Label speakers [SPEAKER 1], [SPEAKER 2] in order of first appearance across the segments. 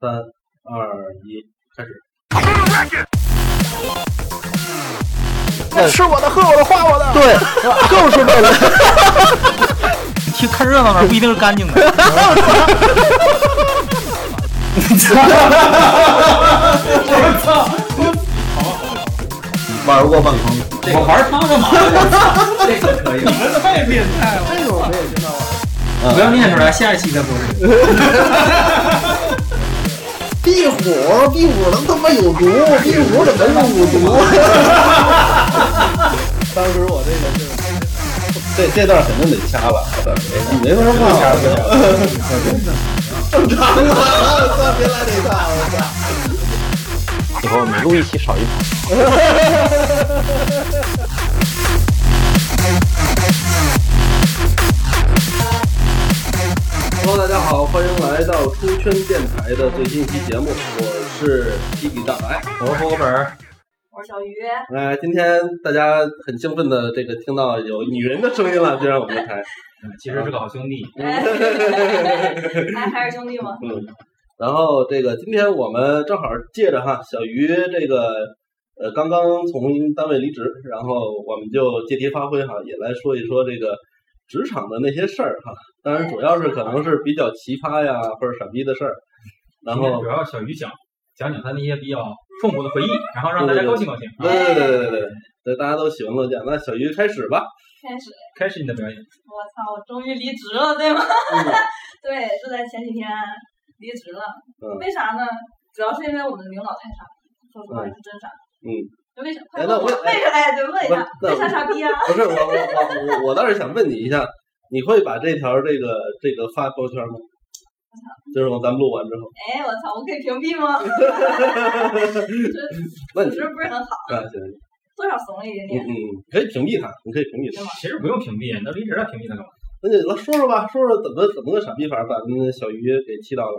[SPEAKER 1] 三二一，开始。
[SPEAKER 2] 吃我的，喝我的，花 我的。
[SPEAKER 3] 对，更是为了
[SPEAKER 4] 听看热闹的不一定是干净的。
[SPEAKER 3] 玩过半坑。
[SPEAKER 1] 我玩它干嘛呀？ 这个可以，哎你们太变态了。这个我也知道啊。不要念出来，下一期再播这个。
[SPEAKER 2] 壁虎，壁虎能他妈有毒？壁虎怎么是五毒？当时我这个就是
[SPEAKER 3] 这这段肯定得掐了，没法放。
[SPEAKER 2] 正常了，操，别来这套，我操！
[SPEAKER 3] 以后每录一期少一盘。
[SPEAKER 1] Hello，大家好，欢迎来到出圈电台的最新一期节目，我是皮皮大白。
[SPEAKER 3] 我是户口本儿，
[SPEAKER 5] 我是 小鱼，
[SPEAKER 1] 哎，今天大家很兴奋的这个听到有女人的声音了，就让我们台。
[SPEAKER 4] 嗯其实是个好兄弟，
[SPEAKER 5] 哎，哎还是兄弟吗？
[SPEAKER 1] 嗯，然后这个今天我们正好借着哈小鱼这个呃刚刚从单位离职，然后我们就借题发挥哈，也来说一说这个职场的那些事儿哈。当然主要是可能是比较奇葩呀或者傻逼的事儿，嗯然
[SPEAKER 4] 今天
[SPEAKER 1] 后
[SPEAKER 4] 主要小鱼讲讲讲他那些比较痛苦的回忆，然后让大家高兴高兴。啊
[SPEAKER 1] 对对对对对对对，大家都喜闻乐见。那小鱼开始吧，
[SPEAKER 5] 开始，
[SPEAKER 4] 开始你的表演，
[SPEAKER 5] 我操，我终于离职了，对吗？ 对，就在前几天离职了。
[SPEAKER 1] 嗯
[SPEAKER 5] 为啥呢？主要是因为我们的领导太傻逼，说实话是真傻。
[SPEAKER 1] 嗯。
[SPEAKER 5] 就为啥？
[SPEAKER 1] 哎
[SPEAKER 5] 快
[SPEAKER 1] 那
[SPEAKER 5] 问
[SPEAKER 1] 我
[SPEAKER 5] 为啥？哎，对，问一下，
[SPEAKER 1] 那
[SPEAKER 5] 为啥傻逼啊？
[SPEAKER 1] 不是我我我我我倒是想问你一下，你会把这条这个这个发朋友圈吗？就是我咱们录完之后，
[SPEAKER 5] 哎，我操，我可以屏蔽吗？
[SPEAKER 1] 嗯那你
[SPEAKER 5] 我觉得不是很好，
[SPEAKER 1] 啊行。
[SPEAKER 5] 多少怂了一点
[SPEAKER 1] 嗯
[SPEAKER 5] 点。
[SPEAKER 1] 嗯，嗯可以屏蔽他，你可以屏蔽他。
[SPEAKER 4] 其实不用屏蔽，你都离职了，屏蔽他干嘛？
[SPEAKER 1] 那就来说说吧，说说怎么怎么个傻逼法把咱们小鱼给气到了。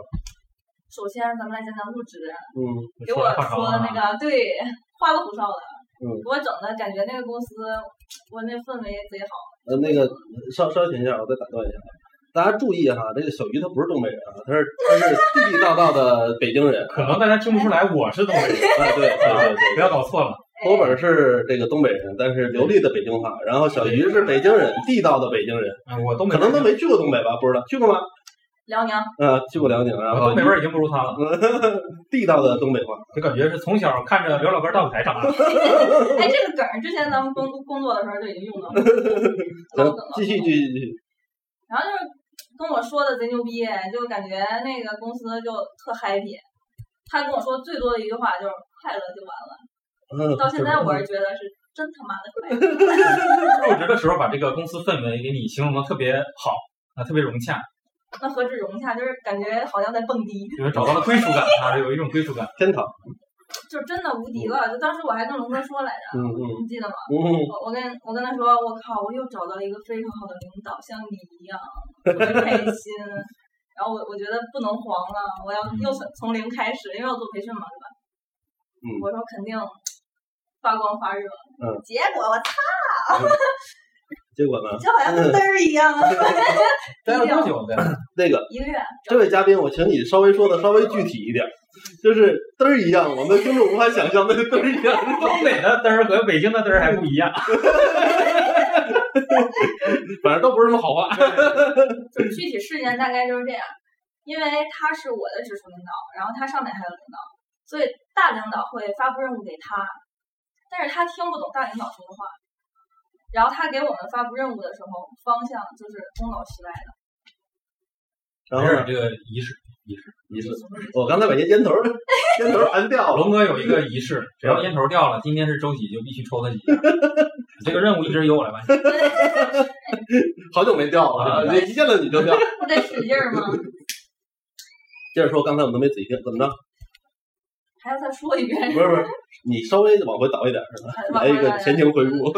[SPEAKER 5] 首先，咱们来讲讲入职，
[SPEAKER 1] 嗯
[SPEAKER 5] 给我
[SPEAKER 4] 说来话长
[SPEAKER 5] 说的那
[SPEAKER 4] 啊，
[SPEAKER 5] 个，对，花里胡哨的，
[SPEAKER 1] 嗯
[SPEAKER 5] 给我整的感觉那个公司，我那氛围贼好。
[SPEAKER 1] 呃，那个稍稍停一下，我再打断一下。大家注意哈，这个小鱼他不是东北人啊，他是他是地地道道的北京人。
[SPEAKER 4] 可能大家听不出来我是东北 人，啊
[SPEAKER 1] 哎，对对对对，
[SPEAKER 4] 不要搞错了。
[SPEAKER 5] 哎
[SPEAKER 1] 侯本是这个东北人，但是流利的北京话。然后小鱼是北京人，地道的北京人，
[SPEAKER 4] 啊，我东北
[SPEAKER 1] 可
[SPEAKER 4] 人
[SPEAKER 1] 能都没去过东北吧，不知道去过吗？
[SPEAKER 5] 辽宁，
[SPEAKER 1] 啊，去过辽宁，然
[SPEAKER 4] 我
[SPEAKER 1] 后
[SPEAKER 4] 东北味儿已经不如他了，
[SPEAKER 1] 地道的东北话。
[SPEAKER 4] 就感觉是从小看着刘老根儿大舞台长大的。
[SPEAKER 5] 哎，这个梗儿之前咱们工工作的时候就已经用 到了，
[SPEAKER 1] 嗯行
[SPEAKER 5] 老
[SPEAKER 1] 嗯
[SPEAKER 5] 梗了，
[SPEAKER 1] 继续继续继续。
[SPEAKER 5] 然后就是跟我说的贼牛逼，就感觉那个公司就特 happy。他跟我说最多的一句话就是快乐就完了，
[SPEAKER 1] 嗯，
[SPEAKER 5] 到现在我是觉得是真他妈的快乐。
[SPEAKER 4] 入职的时候把这个公司氛围给你形容的特别好。啊，特别融洽，
[SPEAKER 5] 那何止融洽，就是感觉好像在蹦迪，
[SPEAKER 4] 就是找到了归属感啊，有一种归属 感。
[SPEAKER 1] 天堂。
[SPEAKER 5] 就真的无敌了。就当时我还跟龙哥说来
[SPEAKER 1] 嗯
[SPEAKER 5] 着，
[SPEAKER 1] 嗯
[SPEAKER 5] 你记得吗？
[SPEAKER 1] 嗯。
[SPEAKER 5] 我我跟我跟他说，我靠，我又找到了一个非常好的领导，像你一样，我真开心。然后我我觉得不能黄了，我要又从从零开始，因为我做培训嘛，对吧？
[SPEAKER 1] 嗯
[SPEAKER 5] 我说肯定发光发热。
[SPEAKER 1] 嗯
[SPEAKER 5] 结果我操，
[SPEAKER 1] 结果呢？
[SPEAKER 5] 就好像跟嘚儿 一样啊！
[SPEAKER 4] 待了多 久？在这儿
[SPEAKER 1] 那个
[SPEAKER 5] 一个月，
[SPEAKER 1] 这位嘉宾，我请你稍微说的稍微具体一点，就是嘚儿一样，我们听众无法想象那个嘚儿一样。
[SPEAKER 4] 东北的嘚儿和北京的嘚儿还不一样。
[SPEAKER 1] 反正都不是什么好话。
[SPEAKER 5] 就具体事件大概就是这样。因为他是我的直属领导，然后他上面还有领导，所以大领导会发布任务给他，但是他听不懂大领导说的话。然后他给我们发布任务的时候，方向就是东倒西歪的。
[SPEAKER 1] 然后呢
[SPEAKER 4] 这个仪式，仪式。
[SPEAKER 1] 你是我刚才把那烟头儿烟头儿按掉 了。
[SPEAKER 4] 龙哥有一个仪式，只要烟头掉了，今天是周几就必须抽他几下。你这个任务一直由我来完成。
[SPEAKER 1] 好久没掉了，啊！一见到你就掉。
[SPEAKER 5] 我得使劲儿吗？
[SPEAKER 1] 接着说，刚才我们都没仔细听，怎么着？
[SPEAKER 5] 还要再说一遍？
[SPEAKER 1] 不是不是，你稍微往回倒一点儿，嗯来一个前情回顾。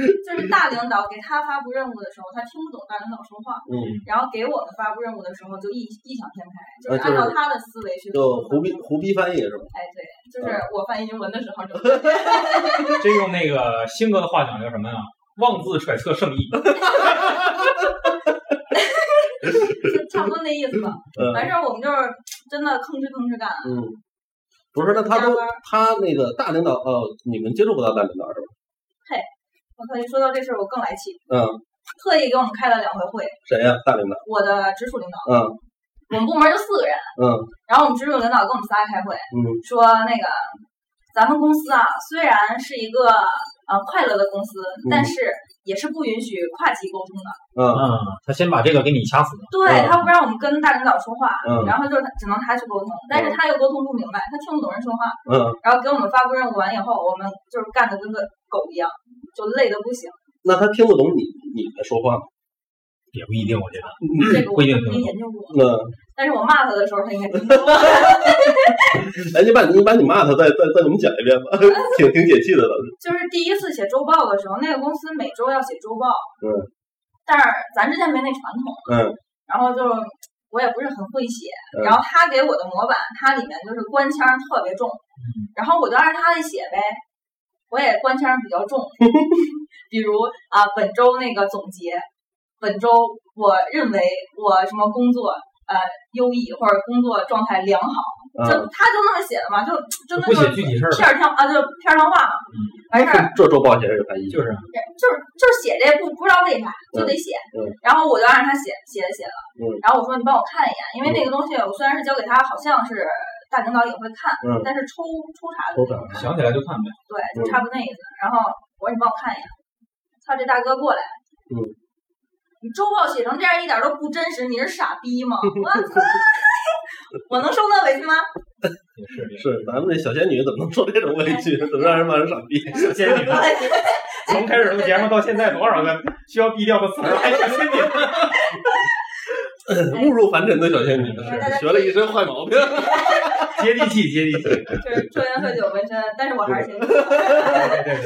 [SPEAKER 5] 就是大领导给他发布任务的时候，他听不懂大领导说话，
[SPEAKER 1] 嗯，
[SPEAKER 5] 然后给我们发布任务的时候就异异想天开，就
[SPEAKER 1] 呃
[SPEAKER 5] 是按
[SPEAKER 1] 就是
[SPEAKER 5] 照他的思维去。
[SPEAKER 1] 就胡逼。嗯胡逼翻译是吧？
[SPEAKER 5] 哎，对，就是我翻英文的时候就。
[SPEAKER 4] 这用那个新哥的话讲叫什么呀？妄自揣测圣
[SPEAKER 6] 嗯
[SPEAKER 4] 意。
[SPEAKER 5] 就差不多那意思吧。
[SPEAKER 1] 嗯
[SPEAKER 5] 完事儿我们就是真的吭哧吭哧干。
[SPEAKER 1] 呃嗯，不是，那他都
[SPEAKER 5] 加班
[SPEAKER 1] 他那个大领导哦，你们接触不到大领导是吧？
[SPEAKER 5] 我可以说到这事儿，我更来气，
[SPEAKER 1] 嗯，
[SPEAKER 5] 特意给我们开了两回会。
[SPEAKER 1] 谁呀、大领导？
[SPEAKER 5] 我的直属领导，
[SPEAKER 1] 嗯
[SPEAKER 5] 我们部门就四个人，
[SPEAKER 1] 嗯
[SPEAKER 5] 然后我们直属领导跟我们仨开会，
[SPEAKER 1] 嗯
[SPEAKER 5] 说那个咱们公司啊，虽然是一个呃快乐的公司，但是也是不允许跨级沟通的。
[SPEAKER 1] 嗯
[SPEAKER 4] 嗯，他先把这个给你掐死了。
[SPEAKER 5] 对
[SPEAKER 1] 嗯
[SPEAKER 5] 他不让我们跟大领导说话，
[SPEAKER 1] 嗯
[SPEAKER 5] 然后就只能他去沟通，但是他又沟通不明白，他听不懂人说话，
[SPEAKER 1] 嗯，
[SPEAKER 5] 然后给我们发布任务完以后，我们就是干的跟个狗一样，就累得不行。
[SPEAKER 1] 那他听不懂你你在说话吗？
[SPEAKER 4] 也不一定，我觉得
[SPEAKER 5] 这个我
[SPEAKER 4] 不一定
[SPEAKER 5] 没研究过，
[SPEAKER 1] 那、
[SPEAKER 5] 但是我骂他的时候，他应该听懂。
[SPEAKER 1] 哎，你把你把你骂他再再再给我们讲一遍吧， 挺挺解气的，老师。
[SPEAKER 5] 就是第一次写周报的时候，那个公司每周要写周报，
[SPEAKER 1] 嗯，
[SPEAKER 5] 但是咱之前没那传统，
[SPEAKER 1] 嗯，
[SPEAKER 5] 然后就我也不是很会写，
[SPEAKER 1] 嗯
[SPEAKER 5] 然后他给我的模板，它里面就是官腔特别重，然后我就按照他的写呗，我也官腔比较重，比如啊，本周那个总结，本周我认为我什么工作。呃，优异或者工作状态良好，就
[SPEAKER 1] 嗯，
[SPEAKER 5] 他就那么写的嘛，就真的
[SPEAKER 4] 不
[SPEAKER 5] 就
[SPEAKER 4] 写具体事儿了，
[SPEAKER 5] 片儿汤啊，就是片儿汤话嘛，
[SPEAKER 1] 嗯
[SPEAKER 5] 完事儿
[SPEAKER 1] 这周报写是有啥意义？
[SPEAKER 4] 就是
[SPEAKER 5] 就是就是写这不不知道为啥就得写
[SPEAKER 1] 嗯嗯，
[SPEAKER 5] 然后我就按他写写写了
[SPEAKER 1] 嗯，
[SPEAKER 5] 然后我说你帮我看一眼，因为那个东西我虽然是交给他，好像是大领导也会看
[SPEAKER 1] 嗯，
[SPEAKER 5] 但是抽抽查的
[SPEAKER 1] 抽，嗯奖
[SPEAKER 4] 想起来就看呗。
[SPEAKER 5] 对，就差不多那意思。然后我说你帮我看一眼，操，这大哥过来，
[SPEAKER 1] 嗯
[SPEAKER 5] 你周报写成这样一点都不真实，你是傻 逼吗？我操， 我能受那委屈吗？
[SPEAKER 4] 也是这
[SPEAKER 1] 是咱们这小仙女怎么能受这种委屈？怎么让人骂成傻逼？
[SPEAKER 6] 小仙女，从开始录节目到现在，多少个需要低调的词儿？还小仙女，
[SPEAKER 1] 误入凡尘的小仙女，学了一身坏毛病。
[SPEAKER 6] 接地气，接地气。
[SPEAKER 5] 就是抽烟喝酒纹身，但是我还是挺喜欢。哎，
[SPEAKER 1] 嗯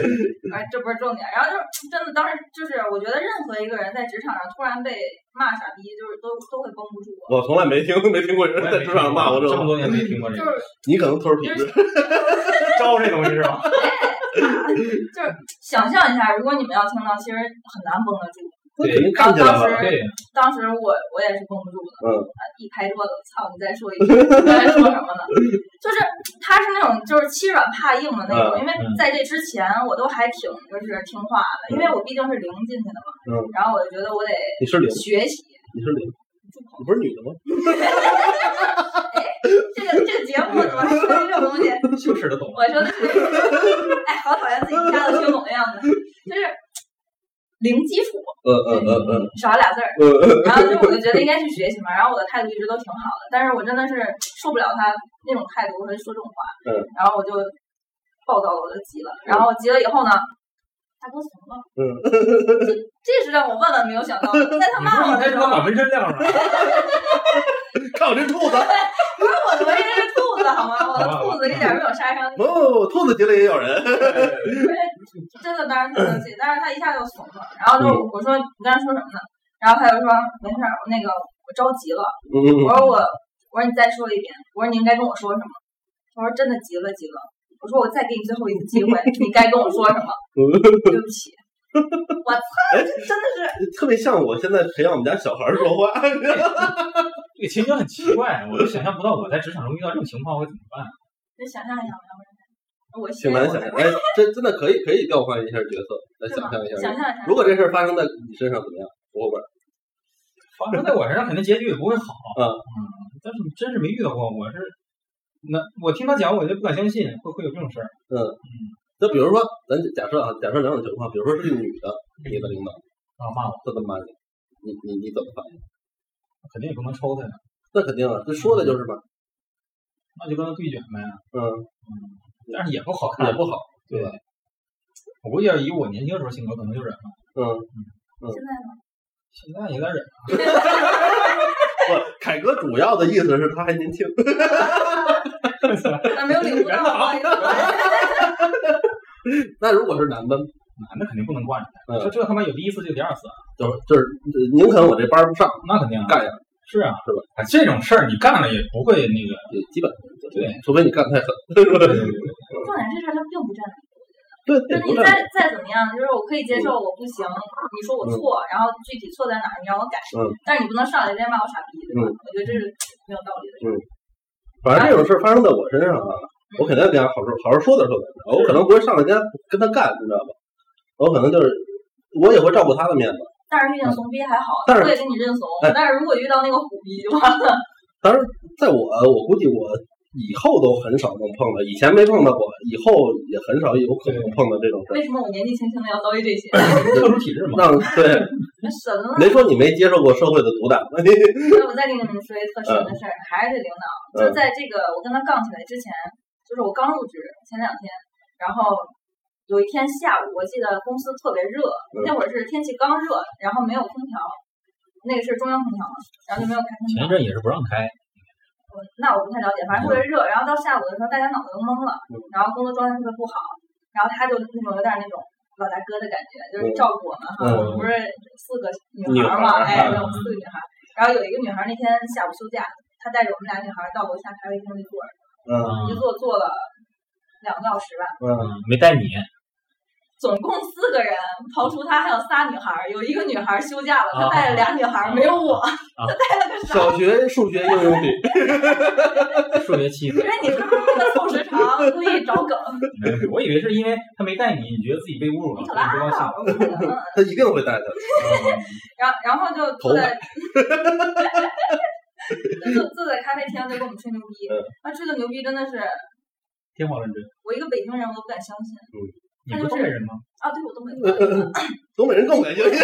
[SPEAKER 5] 这不是重点。然后就是真的，当时就是我觉得任何一个人在职场上突然被骂傻逼，就是都都会绷不住。
[SPEAKER 1] 我从来没听 没听过有人在职场上骂我这
[SPEAKER 4] 这么
[SPEAKER 1] 种，
[SPEAKER 4] 多年没听过这
[SPEAKER 5] 就
[SPEAKER 4] 个。
[SPEAKER 5] 是
[SPEAKER 1] 你可能偷着皮
[SPEAKER 5] 就是
[SPEAKER 1] 子。
[SPEAKER 6] 招这东西是吧？
[SPEAKER 5] 就是想象一下，如果你们要听到，其实很难绷得住。
[SPEAKER 1] 那肯定看起来了。
[SPEAKER 4] 对，
[SPEAKER 5] 当时我我也是绷不住的，
[SPEAKER 1] 嗯
[SPEAKER 5] 啊，一拍桌子，操，你再说一句，你刚才说什么呢？ 就是他是那种就是欺软怕硬的
[SPEAKER 1] 嗯
[SPEAKER 5] 那种，因为在这之前我都还挺就是听话的，因为我毕竟是零进去的嘛，
[SPEAKER 1] 嗯
[SPEAKER 5] 然后我就觉得我得
[SPEAKER 1] 你是零，
[SPEAKER 5] 学习。
[SPEAKER 1] 你是零，
[SPEAKER 5] 住
[SPEAKER 1] 你
[SPEAKER 5] 口！
[SPEAKER 1] 不是女的吗？
[SPEAKER 5] 这个这个节目怎么还说这种东西？
[SPEAKER 4] 就是的，懂了。
[SPEAKER 5] 我说的是，哎，好讨厌自己一下子听懂的样子，就是零基础，
[SPEAKER 1] 嗯嗯 嗯嗯
[SPEAKER 5] 少了俩字儿。
[SPEAKER 1] 嗯嗯，
[SPEAKER 5] 然后就我就觉得应该去学习嘛，然后我的态度一直都挺好的，但是我真的是受不了他那种态度和说这种话，
[SPEAKER 1] 嗯，
[SPEAKER 5] 然后我就暴躁了，我就急了，然后急了以后呢，大哥怂了，
[SPEAKER 1] 嗯，
[SPEAKER 5] 这是让我万万没有想到的，在他骂我的
[SPEAKER 6] 他
[SPEAKER 5] 时
[SPEAKER 6] 他妈
[SPEAKER 5] 候
[SPEAKER 6] 把，纹身亮出来，
[SPEAKER 1] 看我这兔子，
[SPEAKER 5] 不是我的纹身是兔子好吗？我的兔子一点没有杀伤力。
[SPEAKER 1] 哦，兔子急了也咬人。
[SPEAKER 5] 真的当然挺生气，但是他一下就怂了，然后
[SPEAKER 1] 嗯
[SPEAKER 5] 就我说你刚才说什么呢？然后他就说没事儿，那个我着急了，
[SPEAKER 1] 嗯
[SPEAKER 5] 我说我我说你再说一遍，我说你应该跟我说什么？他说真的急了急了，我说我再给你最后一次机会，你该跟我说什么？
[SPEAKER 1] 嗯，
[SPEAKER 5] 对不 起，我操，这真的是
[SPEAKER 1] 特别像我现在培养我们家小孩儿 说话。
[SPEAKER 4] 这个情景很奇怪，我都想象不到我在职场中遇到这种情况我会怎么办。
[SPEAKER 5] 你想象一下，我现
[SPEAKER 1] 挺
[SPEAKER 5] 在
[SPEAKER 1] 难
[SPEAKER 5] 我
[SPEAKER 1] 想
[SPEAKER 5] 现
[SPEAKER 1] 象，
[SPEAKER 5] 在
[SPEAKER 1] 哎，真真的可以可以调换一下角色，来
[SPEAKER 5] 是吗
[SPEAKER 1] 想象一下
[SPEAKER 5] 想，象一下，
[SPEAKER 1] 如果这事儿发生在你身上怎么样？不会吧？
[SPEAKER 4] 发生在我身上，肯定结局也不会好。
[SPEAKER 1] 嗯
[SPEAKER 4] 但是你真是没遇到过，我是那我听他讲，我就不敢相信会会有这种事儿。
[SPEAKER 1] 就比如说，咱假设啊，假设两种情况，比如说是个女的，你的领导，
[SPEAKER 4] 然后骂我，
[SPEAKER 1] 她怎么骂你？你你你怎么反应？
[SPEAKER 4] 肯定也不能抽他呀，
[SPEAKER 1] 那肯定啊，这说的就是嘛，
[SPEAKER 4] 那就跟他对卷呗。
[SPEAKER 1] 嗯，
[SPEAKER 4] 但是也不好看
[SPEAKER 1] 也，不好，对吧？
[SPEAKER 4] 我估计要以我年轻时候性格，可能就忍了。
[SPEAKER 1] 嗯，
[SPEAKER 5] 现在呢？
[SPEAKER 4] 现在也在忍，
[SPEAKER 1] 不，凯哥主要的意思是他还年轻，
[SPEAKER 5] 啊没有 领悟到，不好意思
[SPEAKER 4] 哎
[SPEAKER 1] 那如果是男的，
[SPEAKER 4] 男的肯定不能惯着他。
[SPEAKER 1] 嗯
[SPEAKER 4] 这这他妈有第一次就有第二次，
[SPEAKER 1] 就是就是呃宁肯我这班儿不上，
[SPEAKER 4] 那肯定啊
[SPEAKER 1] 干呀，
[SPEAKER 4] 是啊，
[SPEAKER 1] 是吧
[SPEAKER 4] 啊？这种事儿你干了也不会那个，
[SPEAKER 1] 也基本
[SPEAKER 4] 对，
[SPEAKER 1] 除非你干太狠，是吧？
[SPEAKER 5] 重点这事儿他并不占理。
[SPEAKER 1] 对，也
[SPEAKER 5] 就是
[SPEAKER 1] 不嗯
[SPEAKER 5] 你
[SPEAKER 1] 占理
[SPEAKER 5] 再再怎么样，就是我可以接受，我不行，你说我错，然后具体错在哪儿，你让我改。
[SPEAKER 1] 嗯
[SPEAKER 5] 但是你不能上来直接骂我傻逼，对吧？
[SPEAKER 1] 嗯
[SPEAKER 5] 我觉得这是没有道理的。
[SPEAKER 1] 反正这种事儿发生在我身上啊，我肯定要跟他好好好好说点说点的，我可能不会上来跟他跟他干，你知道吧？我可能就是我也会照顾他的面子。
[SPEAKER 5] 但是遇见怂逼还好，
[SPEAKER 1] 嗯但是
[SPEAKER 5] 我也跟你认怂
[SPEAKER 1] 哎。
[SPEAKER 5] 但是如果遇到那个虎逼就完了，
[SPEAKER 1] 当然，在我我估计我以后都很少能碰到，以前没碰到过，以后也很少有可能碰到这种事儿。
[SPEAKER 5] 为什么我年纪轻轻的要遭遇这 些？
[SPEAKER 4] 特殊体质嘛。
[SPEAKER 1] 让对，
[SPEAKER 5] 神啊了！
[SPEAKER 1] 没说你没接受过社会的毒打，
[SPEAKER 5] 那我再给你们说一特神的事儿，还是这领导，就
[SPEAKER 1] 嗯
[SPEAKER 5] 在这个我跟他杠起来之前，就是我刚入职前两天，然后有一天下午，我记得公司特别热，
[SPEAKER 1] 嗯
[SPEAKER 5] 那会儿是天气刚热，然后没有空调，那个是中央空调嘛，然后就没有开空
[SPEAKER 4] 前
[SPEAKER 5] 调
[SPEAKER 4] 一。阵也是不让开，
[SPEAKER 5] 我那我不太了解，反正特别热。然后到下午的时候，大家脑子都懵了
[SPEAKER 1] 嗯，
[SPEAKER 5] 然后工作状态特别不好。然后他就那种有点那种老大哥的感觉，就是照顾我们哈。
[SPEAKER 1] 嗯
[SPEAKER 5] 我们不是四个
[SPEAKER 1] 女
[SPEAKER 5] 女孩儿嘛，
[SPEAKER 1] 孩儿嗯
[SPEAKER 5] 哎，对，我们四个女孩儿。然后有一个女孩儿那天下午休假，她带着我们俩女孩儿到楼下咖啡厅去坐着，
[SPEAKER 1] 嗯
[SPEAKER 5] 一坐坐了两个小时吧。
[SPEAKER 1] 嗯，
[SPEAKER 4] 嗯，没带你，
[SPEAKER 5] 总共四个人，刨除她还有仨女孩儿，有一个女孩儿休假了，她
[SPEAKER 4] 啊
[SPEAKER 5] 带了俩女孩儿，没有
[SPEAKER 1] 啊
[SPEAKER 5] 我。
[SPEAKER 1] 小学数学应用题，
[SPEAKER 4] 数学期
[SPEAKER 5] 因为你是不是为了凑时长故意找梗？
[SPEAKER 4] 我以为是因为他没带你，你觉得自己被侮辱了，
[SPEAKER 5] 你可
[SPEAKER 4] 所以不高嗯
[SPEAKER 5] 拉
[SPEAKER 4] 兴
[SPEAKER 5] 倒。吧，不可能。啊
[SPEAKER 1] 他一定会带的。
[SPEAKER 5] 然后然后 就
[SPEAKER 1] 头
[SPEAKER 5] 坐在，就坐坐在咖啡厅就跟我们吹牛逼
[SPEAKER 1] 嗯，
[SPEAKER 5] 那吹的牛逼真的是
[SPEAKER 4] 天花乱坠，
[SPEAKER 5] 我一个北京人我都不敢相信
[SPEAKER 4] 你不是东北人 吗？
[SPEAKER 5] 啊！对，我东北人，
[SPEAKER 1] 东北人更感兴趣。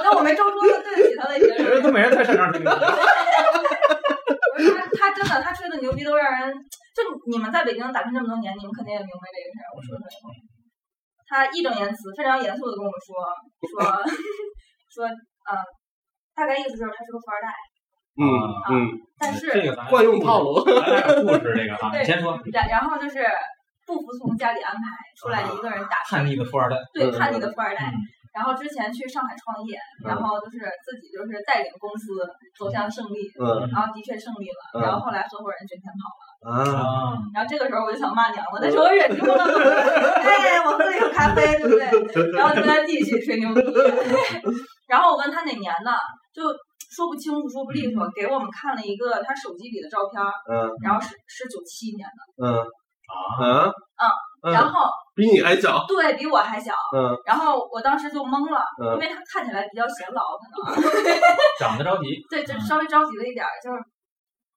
[SPEAKER 5] 那我没招出就对得起他的一个
[SPEAKER 6] 觉得
[SPEAKER 5] 人。
[SPEAKER 6] 东北人特擅长听的。
[SPEAKER 5] 我说他他真的他吹的牛逼都让人，就你们在北京打拼这么多年，你们肯定也明白这个事儿。我说的，他义正言辞，非常严肃的跟我说说 说，嗯，大概意思就是他是个富二代，
[SPEAKER 1] 嗯嗯，
[SPEAKER 5] 但是
[SPEAKER 4] 这个咱
[SPEAKER 1] 惯用套路。
[SPEAKER 4] 咱俩有故事这个啊，
[SPEAKER 5] 对
[SPEAKER 4] 你先说。
[SPEAKER 5] 然然后就是不服从家里安排，出来一个人打拼，
[SPEAKER 4] 叛逆的富二代，
[SPEAKER 5] 对
[SPEAKER 1] 嗯
[SPEAKER 5] 叛逆的富二代
[SPEAKER 4] 嗯。
[SPEAKER 5] 然后之前去上海创业，然后就是自己就是带领公司走向胜利，
[SPEAKER 1] 嗯
[SPEAKER 5] 然后的确胜利
[SPEAKER 1] 嗯
[SPEAKER 5] 了。然后后来合伙人卷钱跑了，
[SPEAKER 6] 嗯
[SPEAKER 1] 啊，
[SPEAKER 4] 啊，
[SPEAKER 5] 然后这个时候我就想骂娘了，
[SPEAKER 1] 嗯
[SPEAKER 5] 但是我忍住了， 哎，我喝了一口咖啡，对不
[SPEAKER 1] 嗯
[SPEAKER 5] 对？然后就跟他继续吹牛逼。 然后我问他哪年的，就说不清楚，说不利索，给我们看了一个他手机里的照片，
[SPEAKER 1] 嗯
[SPEAKER 5] 然后是是九七年的，
[SPEAKER 1] 嗯啊
[SPEAKER 5] 然
[SPEAKER 1] 嗯，
[SPEAKER 5] 后
[SPEAKER 1] 比你还小。
[SPEAKER 5] 对比我还小。
[SPEAKER 1] 嗯
[SPEAKER 5] 然后我当时就懵了，因
[SPEAKER 1] 嗯
[SPEAKER 5] 为他看起来比较显老，可能
[SPEAKER 4] 长得着 急，
[SPEAKER 5] 对，
[SPEAKER 1] 嗯
[SPEAKER 5] 就稍微着急了一点儿，就是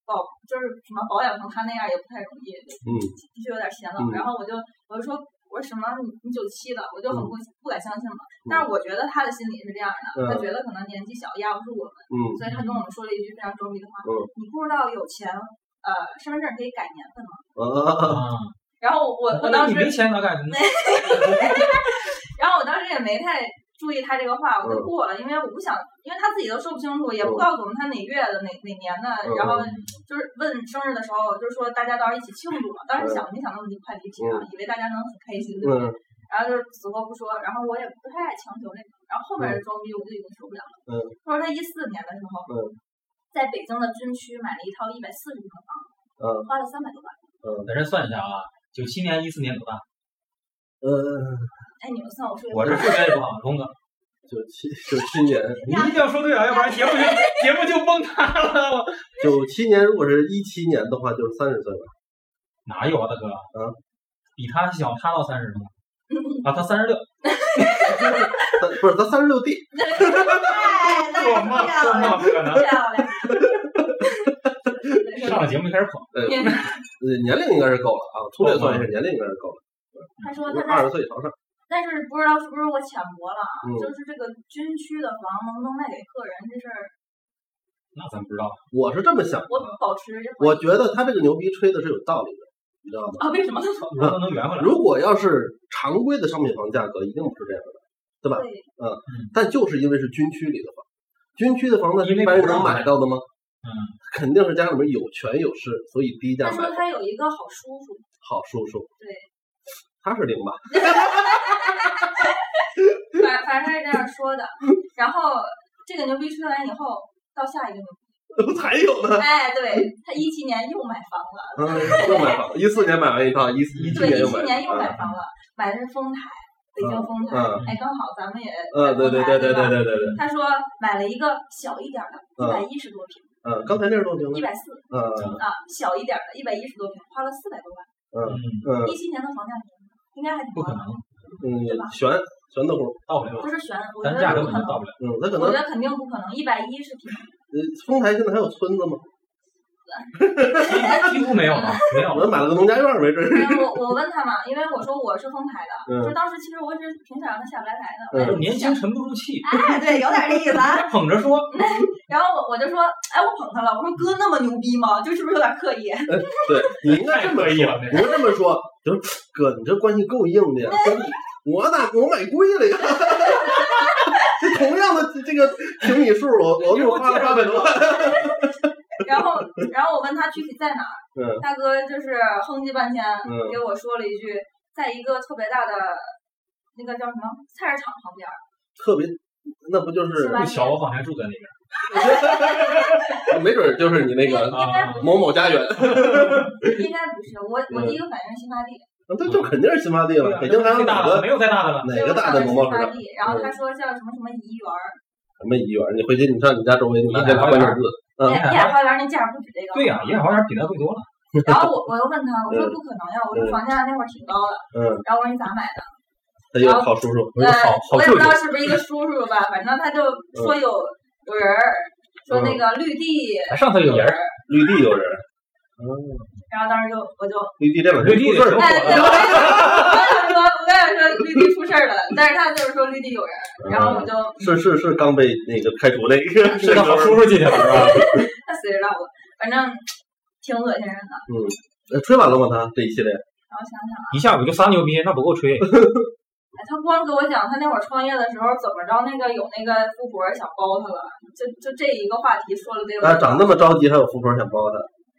[SPEAKER 5] 保就是什么保养成他那样也不太容易，
[SPEAKER 1] 嗯
[SPEAKER 5] 的确有点显老
[SPEAKER 1] 嗯。
[SPEAKER 5] 然后我就我就说我说什么你你九七的，我就很
[SPEAKER 1] 嗯
[SPEAKER 5] 不不敢相信嘛。但是我觉得他的心理是这样的，他
[SPEAKER 1] 嗯
[SPEAKER 5] 觉得可能年纪小压不住我们，
[SPEAKER 1] 嗯
[SPEAKER 5] 所以他跟我们说了一句非常周密的话
[SPEAKER 1] 嗯：
[SPEAKER 5] 你不知道有钱呃身份证可以改年份吗？
[SPEAKER 1] 啊
[SPEAKER 4] 啊，
[SPEAKER 5] 然后我我我当时
[SPEAKER 4] 你没钱咋干？那
[SPEAKER 5] 然后我当时也没太注意他这个话，我就过了，因为我不想，因为他自己都说不清楚，也不
[SPEAKER 1] 嗯
[SPEAKER 5] 告诉我们他哪月的、哪哪年的，然后就是问生日的时候，就是说大家到时候一起庆祝嘛。当时想没想那么快离题啊，以为大家能很开心，对吧
[SPEAKER 1] 嗯
[SPEAKER 5] 然后就是死活不说，然后我也不太爱强求那种，然后后面的装逼我就已经受不了了。
[SPEAKER 1] 嗯
[SPEAKER 5] 他说他一四年的时候，
[SPEAKER 1] 嗯
[SPEAKER 5] 在北京的军区买了一套一百四十平的房子，
[SPEAKER 1] 嗯
[SPEAKER 5] 花了三百多万。
[SPEAKER 4] 咱这算一下啊，九七年、一四年多大？
[SPEAKER 1] 嗯，
[SPEAKER 5] 哎，你们算我数学不
[SPEAKER 4] 我这
[SPEAKER 5] 好，
[SPEAKER 4] 数学也不好，龙哥，
[SPEAKER 1] 九七九七年，
[SPEAKER 6] 你一定要说对啊，要不然节目就节目就崩塌了。
[SPEAKER 1] 九七年如果是一七年的话，就是三十岁了。
[SPEAKER 4] 哪有啊，大哥？
[SPEAKER 1] 嗯，
[SPEAKER 4] 比他小，他到三十吗？啊，他三十六，
[SPEAKER 1] 他不是他三十六 D，
[SPEAKER 5] 哎，太
[SPEAKER 6] 做梦
[SPEAKER 5] 漂
[SPEAKER 6] 做梦，
[SPEAKER 5] 亮了
[SPEAKER 6] 可 能。
[SPEAKER 5] 漂亮。
[SPEAKER 4] 上了节目就开始捧。
[SPEAKER 1] 呃，年龄应该是够了啊，粗略算一下，年龄应该是够了，
[SPEAKER 5] 他说哦他
[SPEAKER 1] 二
[SPEAKER 5] 在，
[SPEAKER 1] 十岁朝上。
[SPEAKER 5] 但是不知道是不是我浅薄了啊，
[SPEAKER 1] 嗯
[SPEAKER 5] 就是这个军区的房能不能卖给客人这事儿，
[SPEAKER 4] 那咱不知道，
[SPEAKER 1] 我是这么想的，
[SPEAKER 5] 我保持这
[SPEAKER 1] 我觉得他这个牛逼吹的是有道理的，你知道吗？
[SPEAKER 5] 啊，为什么？
[SPEAKER 4] 如果能圆回来，
[SPEAKER 1] 如果要是常规的商品房价格，一定不是这样的，吧
[SPEAKER 5] 对，
[SPEAKER 1] 但就是因为是军区里的房，军区的房那是
[SPEAKER 4] 因为
[SPEAKER 1] 一般人
[SPEAKER 4] 不让
[SPEAKER 1] 能买
[SPEAKER 4] 买
[SPEAKER 1] 到的吗？
[SPEAKER 4] 嗯，
[SPEAKER 1] 肯定是家里面有权有势，所以低价
[SPEAKER 5] 他
[SPEAKER 1] 买
[SPEAKER 5] 说他有一个好叔叔，
[SPEAKER 1] 好叔叔。
[SPEAKER 5] 对，
[SPEAKER 1] 他是零吧？
[SPEAKER 5] 反反正他是这样说的。然后这个牛逼吹完以后，到下一个牛逼，
[SPEAKER 1] 还有 呢，
[SPEAKER 5] 哎，对他一七年又买房了，
[SPEAKER 1] 嗯，又买房，一四年买完一套，一一七
[SPEAKER 5] 对，
[SPEAKER 1] 年
[SPEAKER 5] 一
[SPEAKER 1] 又
[SPEAKER 5] 七
[SPEAKER 1] 买，
[SPEAKER 5] 年又买
[SPEAKER 1] 啊
[SPEAKER 5] 房了，买的是丰台，北京丰台
[SPEAKER 1] 嗯，
[SPEAKER 5] 哎，刚好咱们也
[SPEAKER 1] 嗯，对对对对
[SPEAKER 5] 在丰台
[SPEAKER 1] 对对对
[SPEAKER 5] 吧
[SPEAKER 1] 对对，
[SPEAKER 5] 他说买了一个小一点的，一百一十多平，
[SPEAKER 1] 嗯，刚才那是多少平
[SPEAKER 5] 一
[SPEAKER 1] 米？
[SPEAKER 5] 百四
[SPEAKER 1] 嗯
[SPEAKER 5] 啊，小一点的，一百一十多平，花了四百多万。
[SPEAKER 4] 嗯，
[SPEAKER 1] 嗯
[SPEAKER 5] 一七年的房价应该还挺
[SPEAKER 4] 不
[SPEAKER 5] 高
[SPEAKER 4] 可
[SPEAKER 5] 的，
[SPEAKER 4] 能
[SPEAKER 1] 嗯，悬悬的乎，
[SPEAKER 4] 到不了，
[SPEAKER 5] 不是悬，我觉
[SPEAKER 4] 咱
[SPEAKER 5] 得
[SPEAKER 4] 价根
[SPEAKER 5] 不
[SPEAKER 4] 本
[SPEAKER 5] 可
[SPEAKER 4] 就到不
[SPEAKER 5] 能，
[SPEAKER 4] 了。
[SPEAKER 1] 嗯，那可能
[SPEAKER 5] 我觉得肯定不可能，一百一是平均。
[SPEAKER 1] 呃丰台现在还有村子吗？
[SPEAKER 4] 几乎没有了，没有
[SPEAKER 1] 我
[SPEAKER 4] 了。
[SPEAKER 1] 买了个农家院儿没准儿。
[SPEAKER 5] 没有我我问他嘛，因为我说我是丰台
[SPEAKER 1] 嗯
[SPEAKER 5] 的，就当时其实我是挺想让他下不来台的，我哎
[SPEAKER 1] 嗯
[SPEAKER 5] 也
[SPEAKER 4] 就是
[SPEAKER 5] 想
[SPEAKER 4] 啊年轻沉不住气，
[SPEAKER 5] 哎，对，有点这意思啊。
[SPEAKER 4] 他 捧着说，
[SPEAKER 5] 然后我我就说，哎，我捧他了，我说哥那么牛逼吗？这是不是有点刻意？
[SPEAKER 1] 对，你应该这么
[SPEAKER 6] 太刻意
[SPEAKER 1] 说
[SPEAKER 6] 了，
[SPEAKER 1] 你应该这么说，就是哥，你这关系够硬的呀。真的我咋我买贵了呀？ 这同样的这个平米数，我我给我花了八百多万。
[SPEAKER 5] 然后然后我问他具体在哪儿，
[SPEAKER 1] 嗯
[SPEAKER 5] 大哥就是哼唧半天，
[SPEAKER 1] 嗯
[SPEAKER 5] 给我说了一句，在一个特别大的那个叫什么菜市场旁边儿，
[SPEAKER 1] 特别，那不就是
[SPEAKER 5] 是吧
[SPEAKER 4] 不巧我好像住在那边。
[SPEAKER 1] 没准儿就是你那个
[SPEAKER 5] 应该
[SPEAKER 4] 啊
[SPEAKER 5] 不
[SPEAKER 1] 某某家 嗯园，
[SPEAKER 5] 应该不是，我我第一个反应是新发地，
[SPEAKER 1] 那就肯定是新发地
[SPEAKER 4] 啊
[SPEAKER 1] 了。北京还有
[SPEAKER 6] 最
[SPEAKER 1] 哪
[SPEAKER 6] 大的
[SPEAKER 1] 个
[SPEAKER 6] 没有再大的了，
[SPEAKER 1] 哪个大的农贸
[SPEAKER 5] 新
[SPEAKER 1] 市场
[SPEAKER 5] 发？地，
[SPEAKER 1] 嗯
[SPEAKER 5] 然后他说叫什么什么怡园儿，
[SPEAKER 1] 什么怡园？你回去你上你家周围，你拿这俩关键字。嗯
[SPEAKER 5] 哎野海花园那价儿不止这个。
[SPEAKER 4] 对呀，野好像比那贵多了。
[SPEAKER 5] 然后我我又问他，我说
[SPEAKER 1] 嗯
[SPEAKER 5] 不可能呀，我说房价那会儿挺高的，
[SPEAKER 1] 嗯，
[SPEAKER 5] 然后我说你咋买的？
[SPEAKER 1] 他
[SPEAKER 5] 呃
[SPEAKER 1] 又好叔叔。
[SPEAKER 4] 我说好好
[SPEAKER 5] 我也
[SPEAKER 4] 舅
[SPEAKER 5] 不知
[SPEAKER 4] 舅
[SPEAKER 5] 道，是不是一个叔叔吧，反正他就
[SPEAKER 1] 嗯
[SPEAKER 5] 说有有人儿，说那个绿地
[SPEAKER 4] 上头有
[SPEAKER 5] 有
[SPEAKER 4] 人
[SPEAKER 5] 人
[SPEAKER 4] 儿，
[SPEAKER 5] 儿，
[SPEAKER 1] 绿地有人，
[SPEAKER 4] 嗯
[SPEAKER 5] 然后当时就 我就
[SPEAKER 1] 绿地这两天
[SPEAKER 4] 绿地
[SPEAKER 1] 出事儿了
[SPEAKER 5] 哎，对，我也想说，我也想说绿地出事儿了，但是他就是说绿地有人，然后我就
[SPEAKER 1] 是是是刚被那个开除那个，
[SPEAKER 4] 是个好叔叔进去了是吧？
[SPEAKER 5] 他随着让我，反正挺恶心人的。
[SPEAKER 1] 呃吹完了吗？他这一系列，
[SPEAKER 5] 然后想想，
[SPEAKER 4] 一下午就仨牛逼，那不够吹。
[SPEAKER 5] 哎，他光跟我讲他那会儿创业的时候怎么着，那个有那个富婆想包他了，就就这一个话题说了得有，
[SPEAKER 1] 啊，长那么着急，还有富婆想包他，
[SPEAKER 5] 嗯，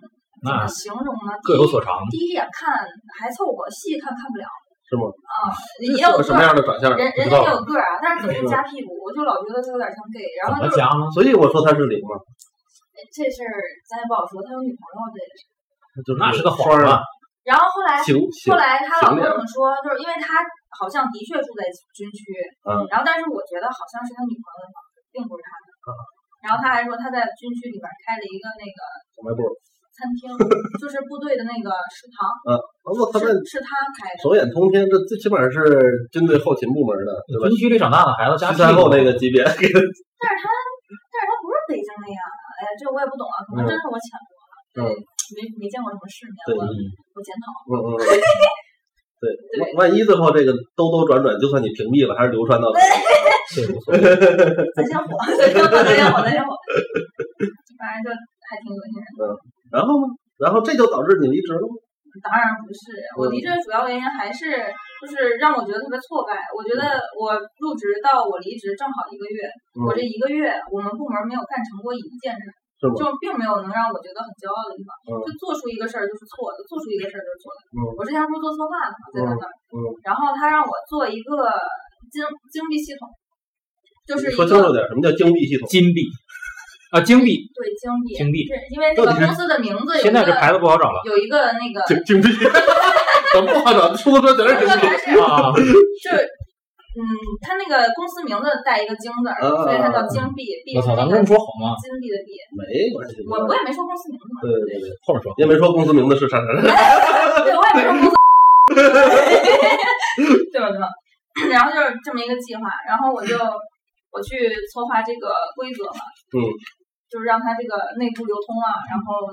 [SPEAKER 5] 怎
[SPEAKER 4] 那
[SPEAKER 5] 么形容呢？
[SPEAKER 4] 各有所长，
[SPEAKER 5] 第一眼看还凑合，细看看不了。啊
[SPEAKER 1] 是吗？
[SPEAKER 5] 也
[SPEAKER 1] 是
[SPEAKER 5] 有个
[SPEAKER 1] 什么样
[SPEAKER 5] 儿，
[SPEAKER 1] 的长相？
[SPEAKER 5] 人
[SPEAKER 1] 不知
[SPEAKER 5] 人家
[SPEAKER 1] 道
[SPEAKER 5] 也
[SPEAKER 1] 吧。
[SPEAKER 5] 有个儿啊，但是总是夹屁股，我就老觉得他有点像 gay。然
[SPEAKER 4] 怎么
[SPEAKER 5] 后就是
[SPEAKER 4] 讲呢？
[SPEAKER 1] 所以我说他是零嘛，
[SPEAKER 5] 这事儿咱也不好说，他有女朋友这也是。
[SPEAKER 1] 就是
[SPEAKER 4] 那是个啊
[SPEAKER 1] 双
[SPEAKER 4] 幌子
[SPEAKER 1] 儿，啊
[SPEAKER 5] 然后后来
[SPEAKER 1] 情情
[SPEAKER 5] 后来她老
[SPEAKER 1] 行
[SPEAKER 5] 跟
[SPEAKER 1] 的
[SPEAKER 5] 我们说，就是因为她好像的确住在军区，
[SPEAKER 1] 嗯，
[SPEAKER 5] 然后但是我觉得好像是他女朋友的房子，并不是他的。
[SPEAKER 1] 嗯
[SPEAKER 5] 然后他还说他在军区里边开了一个那个
[SPEAKER 1] 小卖部。
[SPEAKER 5] 餐厅，就是部队的那个食堂，
[SPEAKER 1] 啊， 那他
[SPEAKER 5] 是
[SPEAKER 1] 们
[SPEAKER 5] 是他开的。
[SPEAKER 1] 手眼通天，这最起码是军队后勤部门的，对吧
[SPEAKER 4] 军？区里长大的孩子家
[SPEAKER 1] 十三
[SPEAKER 4] 屁
[SPEAKER 1] 后
[SPEAKER 4] 股
[SPEAKER 1] 那个级别， 嗯
[SPEAKER 5] 但是他但是他不是北京那样的，哎呀，这我也不懂啊，可能真是我浅薄了，
[SPEAKER 1] 嗯
[SPEAKER 5] 对，没没见过什么世面，
[SPEAKER 1] 对
[SPEAKER 5] 我
[SPEAKER 4] 嗯
[SPEAKER 5] 我检讨。
[SPEAKER 1] 嗯 嗯。嗯对，万万一最后这个兜兜转转，就算你屏蔽了，还是流传到
[SPEAKER 4] 这不错。
[SPEAKER 5] 咱先火，咱先火，咱先火，咱先火。反正就还挺恶心人的。
[SPEAKER 1] 然后呢？然后这就导致你离职了吗？
[SPEAKER 5] 当然不是，
[SPEAKER 1] 嗯
[SPEAKER 5] 我离职的主要原因还是就是让我觉得特别挫败。我觉得
[SPEAKER 1] 嗯
[SPEAKER 5] 我入职到我离职正好一个月，我这一个月我们部门没有干成过一件事，
[SPEAKER 1] 是吗
[SPEAKER 5] 就并没有能让我觉得很骄傲的地方。
[SPEAKER 1] 嗯
[SPEAKER 5] 就做出一个事儿就是错的，做出一个事儿就是错的。
[SPEAKER 1] 嗯
[SPEAKER 5] 我之前不是做策划的嘛，在他那儿，
[SPEAKER 1] 嗯
[SPEAKER 5] 然后他让我做一个经经济系统，就是一
[SPEAKER 1] 说清楚
[SPEAKER 5] 个
[SPEAKER 1] 点，什么叫金币系统？
[SPEAKER 4] 金币啊，金币，
[SPEAKER 5] 对经济，
[SPEAKER 4] 金币
[SPEAKER 5] 是因为这
[SPEAKER 1] 到
[SPEAKER 5] 个
[SPEAKER 1] 底是
[SPEAKER 5] 公司的名字有一
[SPEAKER 4] 现在这
[SPEAKER 5] 个
[SPEAKER 4] 牌子不好找了
[SPEAKER 5] 有一个那个，
[SPEAKER 1] 金金币，怎么不好找？出租车全
[SPEAKER 5] 不是
[SPEAKER 1] 是金币。
[SPEAKER 5] 不是
[SPEAKER 4] 啊。
[SPEAKER 5] 就是嗯，他那个公司名字带一个“金”字儿，
[SPEAKER 1] 啊
[SPEAKER 5] 所以它叫金币。币
[SPEAKER 4] 我
[SPEAKER 5] 是
[SPEAKER 4] 操，咱
[SPEAKER 5] 那
[SPEAKER 4] 们这
[SPEAKER 5] 个
[SPEAKER 4] 么说好吗？
[SPEAKER 5] 金币的币。
[SPEAKER 1] 没关系，没
[SPEAKER 5] 我
[SPEAKER 1] 关
[SPEAKER 5] 我
[SPEAKER 1] 系
[SPEAKER 5] 也没说公司名字 嘛，
[SPEAKER 1] 对对对，
[SPEAKER 4] 后面说。
[SPEAKER 1] 也没说公司名字是啥啥啥。
[SPEAKER 5] 对我也没说 公司，对吧？对吧？ 然后就是这么一个计划，然后我就我去策划这个规则嘛，
[SPEAKER 1] 嗯，
[SPEAKER 5] 就是让它这个内部流通啊，然后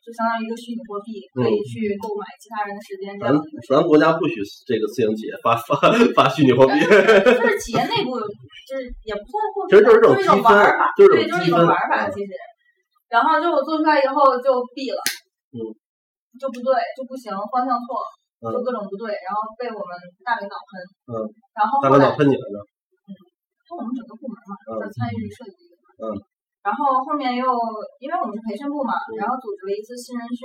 [SPEAKER 5] 就相当于一个虚拟货币，可
[SPEAKER 1] 嗯
[SPEAKER 5] 以去购买其他人的时间，这
[SPEAKER 1] 咱
[SPEAKER 5] 样
[SPEAKER 1] 咱国家不许这个私营企业发发发虚拟货币，
[SPEAKER 5] 就是企业内部有，就是也不算互
[SPEAKER 1] 其实就是这种
[SPEAKER 5] 一种
[SPEAKER 1] 积
[SPEAKER 5] 玩
[SPEAKER 1] 分
[SPEAKER 5] 儿法，
[SPEAKER 1] 就是这
[SPEAKER 5] 对，
[SPEAKER 1] 种
[SPEAKER 5] 就是
[SPEAKER 1] 积
[SPEAKER 5] 一种
[SPEAKER 1] 分
[SPEAKER 5] 玩儿法
[SPEAKER 1] 嗯
[SPEAKER 5] 其实。然后就我做出来以后就闭了，
[SPEAKER 1] 嗯，
[SPEAKER 5] 就不对，就不行，方向错，
[SPEAKER 1] 嗯
[SPEAKER 5] 就各种不对，然后被我们大领导喷，
[SPEAKER 1] 嗯，
[SPEAKER 5] 然后
[SPEAKER 1] 大
[SPEAKER 5] 后
[SPEAKER 1] 领导
[SPEAKER 5] 来
[SPEAKER 1] 喷你来着。
[SPEAKER 5] 就我们整个部门嘛，
[SPEAKER 1] 嗯
[SPEAKER 5] 就是参与设计这个部
[SPEAKER 1] 嗯
[SPEAKER 5] 门，然后后面又因为我们是培训部嘛，然后组织了一次新人训，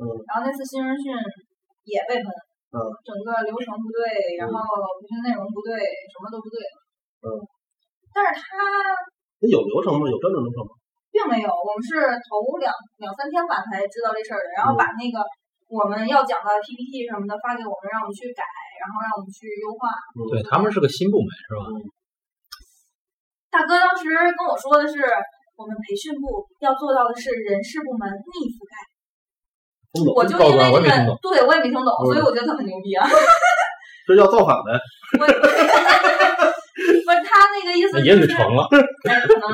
[SPEAKER 1] 嗯
[SPEAKER 5] 然后那次新人训也被喷，
[SPEAKER 1] 嗯，
[SPEAKER 5] 整个流程不对，然后培训内容不对，什么都不对，
[SPEAKER 1] 嗯，
[SPEAKER 5] 但是他
[SPEAKER 1] 那有流程吗？有标准流程吗？
[SPEAKER 5] 并没有，我们是头两两三天吧才知道这事儿的，然
[SPEAKER 1] 嗯
[SPEAKER 5] 后把那个我们要讲的 PPT 什么的发给我们，让我们去改，然后让我们去优化。
[SPEAKER 1] 嗯
[SPEAKER 4] 对他们是个新部门是吧？
[SPEAKER 5] 大哥当时跟我说的是，我们培训部要做到的是人事部门逆覆盖。
[SPEAKER 3] 听懂
[SPEAKER 5] 我就
[SPEAKER 4] 告诉
[SPEAKER 5] 因为
[SPEAKER 4] 我我也没
[SPEAKER 5] 这
[SPEAKER 4] 听
[SPEAKER 5] 个
[SPEAKER 4] 懂，
[SPEAKER 5] 对我也没听懂，
[SPEAKER 1] 我
[SPEAKER 5] 所以我觉得他很牛逼啊。
[SPEAKER 1] 这叫造反呗。
[SPEAKER 5] 我不是 他那个意思、就是，
[SPEAKER 4] 也许成了，
[SPEAKER 5] 哎，可能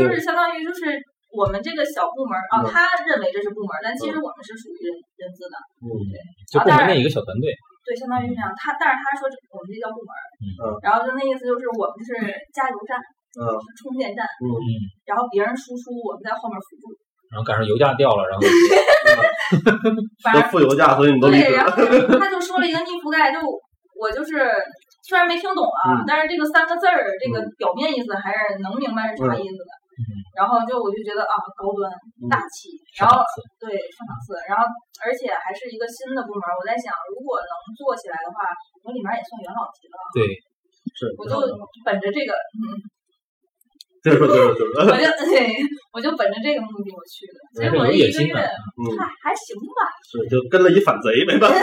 [SPEAKER 5] 就是相当于就是我们这个小部门儿啊，他认为这是部门儿，但其实我们是属于人人资的，
[SPEAKER 4] 嗯就部门内一个小团队，
[SPEAKER 5] 对，相当于是这样。他但是他说这我们这叫部门儿，
[SPEAKER 1] 嗯
[SPEAKER 5] 然后就那意思就是我们是加油站，
[SPEAKER 1] 嗯
[SPEAKER 5] 是充电站，
[SPEAKER 4] 嗯，
[SPEAKER 5] 然后别人输出，我们在后面辅助，
[SPEAKER 4] 然后赶上油价掉了，然后
[SPEAKER 5] 反
[SPEAKER 1] 都
[SPEAKER 5] 正
[SPEAKER 1] 付油价，所以你都离
[SPEAKER 5] 对，
[SPEAKER 1] 职
[SPEAKER 5] 然
[SPEAKER 1] 了。
[SPEAKER 5] 后就是他就说了一个逆覆盖，就我就是虽然没听懂啊，
[SPEAKER 1] 嗯
[SPEAKER 5] 但是这个三个字儿，这
[SPEAKER 4] 嗯
[SPEAKER 5] 个表面意思还是能明白是啥意思的。然后就我就觉得啊，高端
[SPEAKER 4] 嗯
[SPEAKER 5] 大气，然后对上档次，然后而且还是一个新的部门儿，我在想如果能做起来的话，我里面也算元老级了。
[SPEAKER 4] 对，
[SPEAKER 1] 是
[SPEAKER 5] 我就本着这个，嗯，
[SPEAKER 1] 接着说，接着说，接着
[SPEAKER 5] 我
[SPEAKER 1] 说。
[SPEAKER 5] 就对，我就本着这个目的我去的。所以我
[SPEAKER 4] 有
[SPEAKER 5] 这一
[SPEAKER 4] 野
[SPEAKER 5] 个
[SPEAKER 4] 心
[SPEAKER 5] 月，
[SPEAKER 4] 的
[SPEAKER 1] 嗯，
[SPEAKER 5] 嗨，还行吧。
[SPEAKER 1] 是就跟了一反贼，没办法。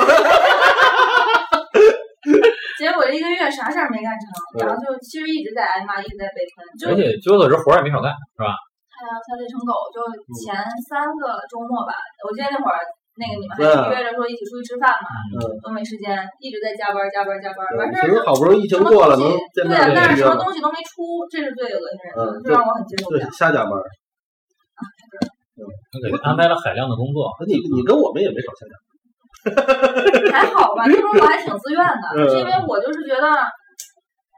[SPEAKER 5] 结果这一个月啥事儿没干成，
[SPEAKER 1] 嗯
[SPEAKER 5] 然后就其实一直在挨骂，一直在被喷，
[SPEAKER 4] 而
[SPEAKER 5] 就是
[SPEAKER 4] 且揪的这活儿也没少干，是吧？
[SPEAKER 5] 他他累呃成狗，就
[SPEAKER 1] 嗯
[SPEAKER 5] 前三个周末吧，我记得那会儿那个你们还
[SPEAKER 1] 嗯
[SPEAKER 5] 约着说一起出去吃饭嘛，
[SPEAKER 1] 嗯
[SPEAKER 5] 都没时间，一直在加班加班加班，完事
[SPEAKER 1] 其实
[SPEAKER 5] 儿
[SPEAKER 1] 好不容易疫情过了，能
[SPEAKER 5] 对
[SPEAKER 1] 见
[SPEAKER 5] 啊，
[SPEAKER 1] 面就
[SPEAKER 5] 但
[SPEAKER 1] 约
[SPEAKER 5] 是什
[SPEAKER 1] 了，
[SPEAKER 5] 么东西都没出，这是最恶心人的，
[SPEAKER 1] 嗯
[SPEAKER 5] 就让我很接受不
[SPEAKER 1] 对
[SPEAKER 5] 了。，
[SPEAKER 1] 瞎加班。
[SPEAKER 4] 他给安排了海量的工作，
[SPEAKER 1] 你你跟我们也没少瞎加
[SPEAKER 5] 还好吧，这种我还挺自愿的，
[SPEAKER 1] 嗯
[SPEAKER 5] 是因为我就是觉得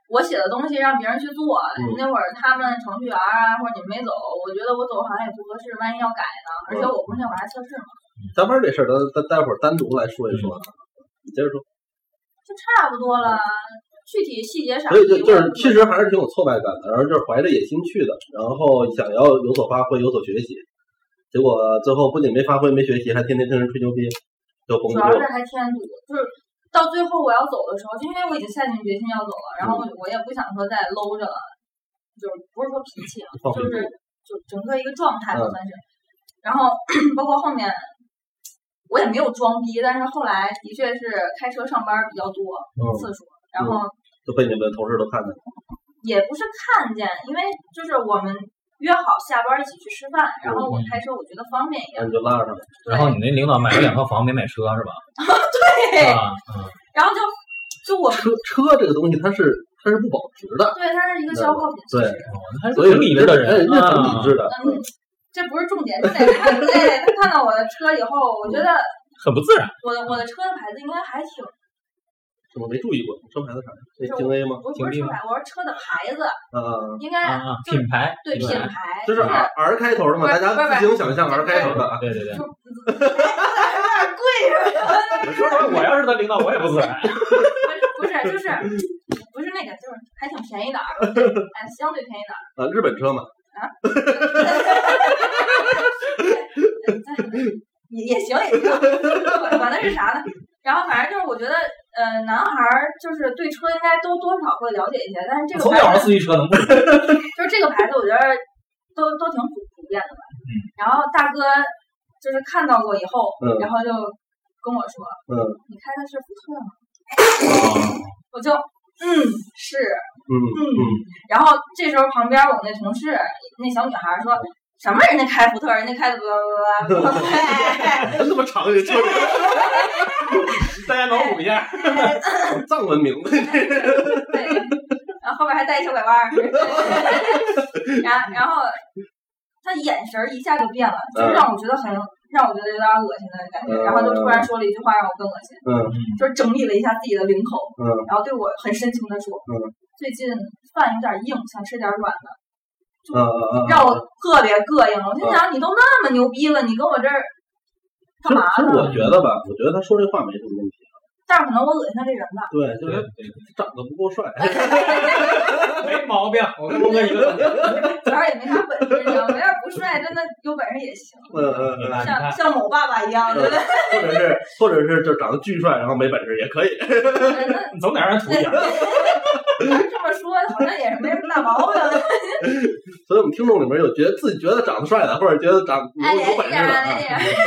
[SPEAKER 5] 我写的东西让别人去做，
[SPEAKER 1] 嗯
[SPEAKER 5] 那会儿他们程序员啊或者你们没走，我觉得我走好像也不合适，万一要改呢？
[SPEAKER 1] 嗯
[SPEAKER 5] 而且我不是那会儿还测试嘛，
[SPEAKER 1] 班。加班这事儿，咱咱待会儿单独来说一说。你接着说。
[SPEAKER 5] 就差不多了。具体细节啥
[SPEAKER 1] 所
[SPEAKER 5] 的，
[SPEAKER 1] 以就就
[SPEAKER 5] 我
[SPEAKER 1] 是，其实还是挺有挫败感的，然后就是怀着野心去的，然后想要有所发挥、有所学习，结果最后不仅没发挥、没学习，还天天听人吹牛逼，就绷不
[SPEAKER 5] 主
[SPEAKER 1] 住
[SPEAKER 5] 要是
[SPEAKER 1] 了。
[SPEAKER 5] 还添堵，就是到最后我要走的时候，就因为我已经下定决心要走了，然后我也不想说再搂着了，就是不是说脾气啊，
[SPEAKER 1] 放
[SPEAKER 5] 就
[SPEAKER 1] 飞
[SPEAKER 5] 是就整个一个状态吧，
[SPEAKER 1] 嗯
[SPEAKER 5] 算是。然后 包括后面我也没有装逼，但是后来的确是开车上班比较多
[SPEAKER 1] 嗯，
[SPEAKER 5] 次数，然后
[SPEAKER 1] 就被你们同事都看见了。
[SPEAKER 5] 也不是看见，因为就是我们约好下班一起去吃饭，然后我
[SPEAKER 4] 嗯呃
[SPEAKER 5] 开车我觉得方便一
[SPEAKER 1] 然后，
[SPEAKER 5] 点
[SPEAKER 1] 你就拉上了，
[SPEAKER 5] 对
[SPEAKER 4] 然后你那领导买了两套房没买车是吧？
[SPEAKER 5] 对，
[SPEAKER 4] 啊，
[SPEAKER 5] 然后就就我们
[SPEAKER 1] 车车这个东西它是它是不保值的，
[SPEAKER 5] 对它是一个消耗品，
[SPEAKER 1] 对
[SPEAKER 5] 其实
[SPEAKER 4] 还是
[SPEAKER 1] 所以
[SPEAKER 4] 挺理智的
[SPEAKER 1] 哎
[SPEAKER 4] 人，
[SPEAKER 1] 那很理
[SPEAKER 4] 啊，
[SPEAKER 1] 智的，
[SPEAKER 5] 嗯， 这不是重点，重点是他 对他看到我的车以后，我觉得
[SPEAKER 4] 很不自然。
[SPEAKER 5] 我的我的车的牌子应该还挺，
[SPEAKER 1] 我没注意过车牌子啥呀？那京 A 吗？
[SPEAKER 5] 不是不是车牌，我是车的牌子，
[SPEAKER 1] 啊，
[SPEAKER 5] 应该
[SPEAKER 4] 啊啊，
[SPEAKER 5] 就是
[SPEAKER 4] 品牌，
[SPEAKER 5] 对
[SPEAKER 4] 品
[SPEAKER 5] 品
[SPEAKER 4] 牌，
[SPEAKER 5] 牌，
[SPEAKER 1] 这是
[SPEAKER 4] 啊
[SPEAKER 1] R R 开头的嘛？
[SPEAKER 5] 哎不
[SPEAKER 1] 大
[SPEAKER 5] 是
[SPEAKER 1] 家自行想象 R 开头的啊。
[SPEAKER 4] 对对对。
[SPEAKER 6] 我说实话，我要是他领导，我也不自然。
[SPEAKER 5] 不是 不是就是不是那个，就是还挺便宜的，哎，相对便宜的。
[SPEAKER 1] 啊，日本车嘛，
[SPEAKER 5] 也也行也行，管它是啥呢？然后反正就是我觉得，呃，男孩儿就是对车应该都多少会了解一些，但是这个
[SPEAKER 4] 从
[SPEAKER 5] 牌
[SPEAKER 4] 小上
[SPEAKER 5] 子
[SPEAKER 4] 四驱车能 不能？
[SPEAKER 5] 就是这个牌子，我觉得都都挺普普遍的吧。
[SPEAKER 4] 嗯。
[SPEAKER 5] 然后大哥就是看到过以后，
[SPEAKER 1] 嗯
[SPEAKER 5] 然后就跟我说：“
[SPEAKER 1] 嗯，
[SPEAKER 5] 你开的是福特吗？”我就嗯是，
[SPEAKER 1] 嗯 嗯，
[SPEAKER 5] 然后这时候旁边我那同事那小女孩儿说。什么人家开福特，人家开 的不不不不，哎
[SPEAKER 1] 真他妈长 这车名，
[SPEAKER 6] 大家脑补一下，
[SPEAKER 1] 藏文名字，
[SPEAKER 5] 对，然后后边还带一小拐弯儿，然后然后他眼神儿一下就变了，
[SPEAKER 1] 嗯
[SPEAKER 5] 就是让我觉得很让我觉得有点恶心的感觉，然后就突然说了一句话让我更恶心，
[SPEAKER 1] 嗯
[SPEAKER 5] 就是整理了一下自己的领口，
[SPEAKER 1] 嗯
[SPEAKER 5] 然后对我很深情的说，
[SPEAKER 1] 嗯
[SPEAKER 5] 最近饭有点硬，想吃点软的，
[SPEAKER 1] 啊啊啊！
[SPEAKER 5] 让我特别膈
[SPEAKER 1] 嗯
[SPEAKER 5] 应。我心想，你都那么牛逼了，你跟我这儿
[SPEAKER 1] 其实
[SPEAKER 5] 干嘛
[SPEAKER 1] 其实我
[SPEAKER 5] 呢？
[SPEAKER 1] 觉得吧，我觉得他说这话没什么问题。
[SPEAKER 5] 但是可能我恶心他这人吧，
[SPEAKER 1] 对，就是
[SPEAKER 4] 对对
[SPEAKER 1] 他长得不够帅。
[SPEAKER 6] 没毛病。我跟峰哥一个观 点，
[SPEAKER 5] 主要也没啥本事，你知道吗？要是不帅，真的有本事也行，
[SPEAKER 1] 嗯嗯
[SPEAKER 4] 你
[SPEAKER 1] 嗯，
[SPEAKER 4] 看你
[SPEAKER 5] 像
[SPEAKER 4] 看，
[SPEAKER 5] 像某爸爸一样，对不对？
[SPEAKER 1] 或者是或者是就长得巨帅，然后没本事也可以。
[SPEAKER 5] 那
[SPEAKER 6] 你总得让人吐
[SPEAKER 4] 啊
[SPEAKER 6] 一点。
[SPEAKER 5] 这么说好像也是没什么大毛 病。
[SPEAKER 1] 所以我们听众里面有觉得自己觉得长得帅的，或者觉得长有
[SPEAKER 5] 哎
[SPEAKER 1] 有本事的啊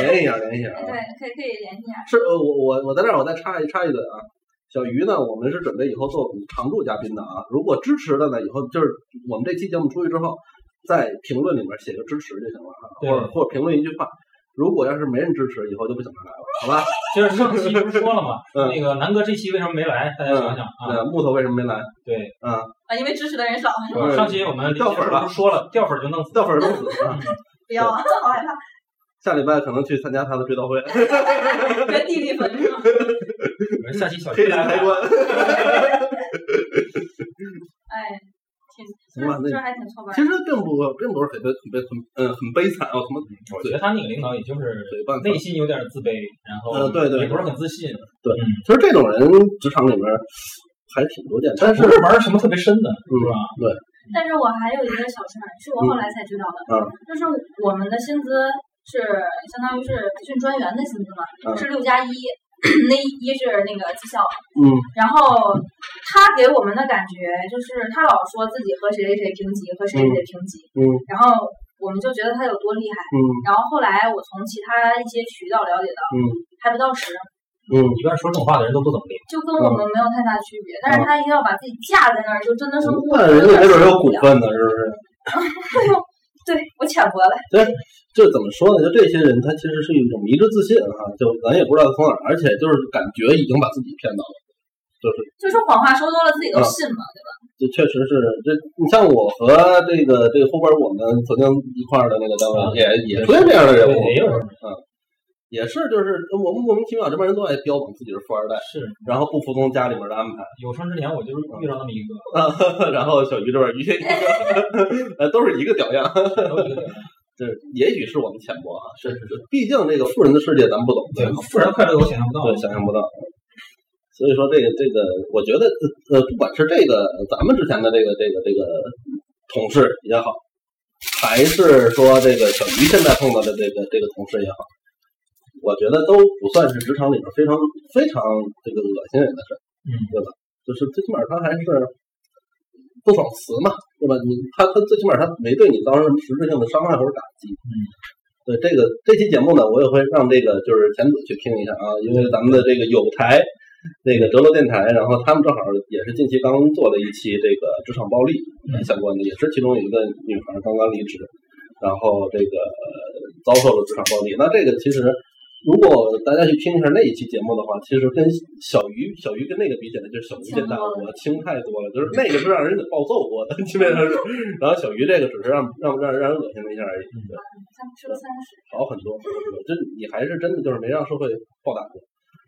[SPEAKER 5] 联系一下，
[SPEAKER 1] 联系一下，联系一下
[SPEAKER 5] 对
[SPEAKER 1] 啊。，
[SPEAKER 5] 可以可以联系一下。
[SPEAKER 1] 是呃，我我我在这儿我再插一插一嘴啊，小鱼呢，我们是准备以后做我们常驻嘉宾的啊。如果支持的呢，以后就是我们这期节目出去之后，在评论里面写个支持就行了啊，
[SPEAKER 4] 对
[SPEAKER 1] 或者或者评论一句话。如果要是没人支持，以后就不想他来了，好吧？
[SPEAKER 4] 就是上期不是说了嘛，
[SPEAKER 1] 嗯
[SPEAKER 4] 那个南哥这期为什么没来？大家想想啊，
[SPEAKER 1] 那木头为什么没来？
[SPEAKER 4] 对，
[SPEAKER 1] 啊，
[SPEAKER 5] 啊，因为支持的人少，
[SPEAKER 1] 嗯
[SPEAKER 4] 上期我们
[SPEAKER 1] 掉粉儿了
[SPEAKER 4] 不是说了掉粉儿就弄死，嗯
[SPEAKER 1] 掉粉儿弄死啊！
[SPEAKER 5] 不要啊， 好害怕，
[SPEAKER 1] 下礼拜可能去参加他的追悼会，
[SPEAKER 4] 啊
[SPEAKER 5] 原地立坟是吗？
[SPEAKER 4] 我们下期小
[SPEAKER 1] 黑
[SPEAKER 4] 鱼
[SPEAKER 1] 脸抬棺。
[SPEAKER 5] 哎，挺
[SPEAKER 1] 行吧那
[SPEAKER 5] 就是还挺挫败
[SPEAKER 1] 其。实并不并不是很悲很悲很嗯很悲惨啊，我他妈
[SPEAKER 4] 我觉得他那个领导也就是
[SPEAKER 1] 嘴半
[SPEAKER 4] 内心有点自卑，然后
[SPEAKER 1] 呃对对
[SPEAKER 4] 也不是很自信，嗯
[SPEAKER 1] 其实这种人职场里面还挺多见，但是
[SPEAKER 4] 不是玩儿什么特别深的，
[SPEAKER 1] 嗯
[SPEAKER 4] 是吧？
[SPEAKER 1] 对，
[SPEAKER 5] 但是我还有一个小事儿，是我后来才知道的，
[SPEAKER 1] 嗯
[SPEAKER 5] 就是我们的薪资是相当于是培训专员的薪资嘛，
[SPEAKER 1] 嗯
[SPEAKER 5] 是六加一， 那一是那个绩效嘛，
[SPEAKER 1] 嗯
[SPEAKER 5] 然后他给我们的感觉就是他老说自己和谁谁谁平级，和谁谁谁平级，
[SPEAKER 1] 嗯
[SPEAKER 5] 然后我们就觉得他有多厉害。
[SPEAKER 1] 嗯
[SPEAKER 5] 然后后来我从其他一些渠道了解到，
[SPEAKER 1] 嗯
[SPEAKER 5] 还不到十，
[SPEAKER 1] 嗯，
[SPEAKER 4] 一般说这种话的人都不怎么灵。
[SPEAKER 5] 就跟我们没有太大区别。但是他一定要把自己架在那儿，就真的是我
[SPEAKER 1] 嗯那人家没准有股份呢，是不是？
[SPEAKER 5] 对我浅薄了。
[SPEAKER 1] 这怎么说呢？就这些人，他其实是一种迷之自信啊，就咱也不知道从哪儿，而且就是感觉已经把自己骗到了，
[SPEAKER 5] 就说谎话说多了，自己
[SPEAKER 6] 嗯
[SPEAKER 5] 都信嘛，对吧？
[SPEAKER 1] 这确实是这。你像我和这个这个后边我们曾经一块儿的那个单位，啊也也出现这样的人物，
[SPEAKER 4] 也有人
[SPEAKER 1] 嗯，也是就是我们莫名其妙这帮人都爱标榜自己是富二代，
[SPEAKER 4] 是
[SPEAKER 1] 然后不服从家里面的安排。
[SPEAKER 4] 有生之年我就是遇到那么一个，
[SPEAKER 1] 然后小鱼这边鱼，呃，都是一个屌样。
[SPEAKER 4] 都有一个点
[SPEAKER 1] 就是也许是我们浅薄啊，是是是，毕竟这个富人的世界咱们不懂，
[SPEAKER 4] 对，富人的快乐我想象不到。
[SPEAKER 1] 对，想象不到。所以说这个这个，我觉得呃，不管是这个咱们之前的这个这个这个同事也好，还是说这个小鱼现在碰到的这个这个同事也好，我觉得都不算是职场里面非常非常这个恶心人的事儿，
[SPEAKER 4] 嗯
[SPEAKER 1] 对吧？就是最起码他还是不爽词嘛，对吧？你他他最起码他没对你造成什么实质性的伤害或者打击，对这个这期节目呢，我也会让这个就是钱子去听一下啊，因为咱们的这个有台，那个哲罗电台，然后他们正好也是近期刚做了一期这个职场暴力
[SPEAKER 4] 嗯
[SPEAKER 1] 相关的，也是其中有一个女孩刚刚离职，然后这个呃遭受了职场暴力。那这个其实如果大家去听一下那一期节目的话，其实跟小鱼小鱼跟那个比起来，就是小鱼简单
[SPEAKER 5] 轻多了
[SPEAKER 1] 我轻太多了，就是那个是让人给暴揍过的， 基本上是，然后小鱼这个只是让让让让人恶心了一下而已。对
[SPEAKER 5] 像吃了三十，
[SPEAKER 1] 好很多，这你还是真的就是没让社会暴打过。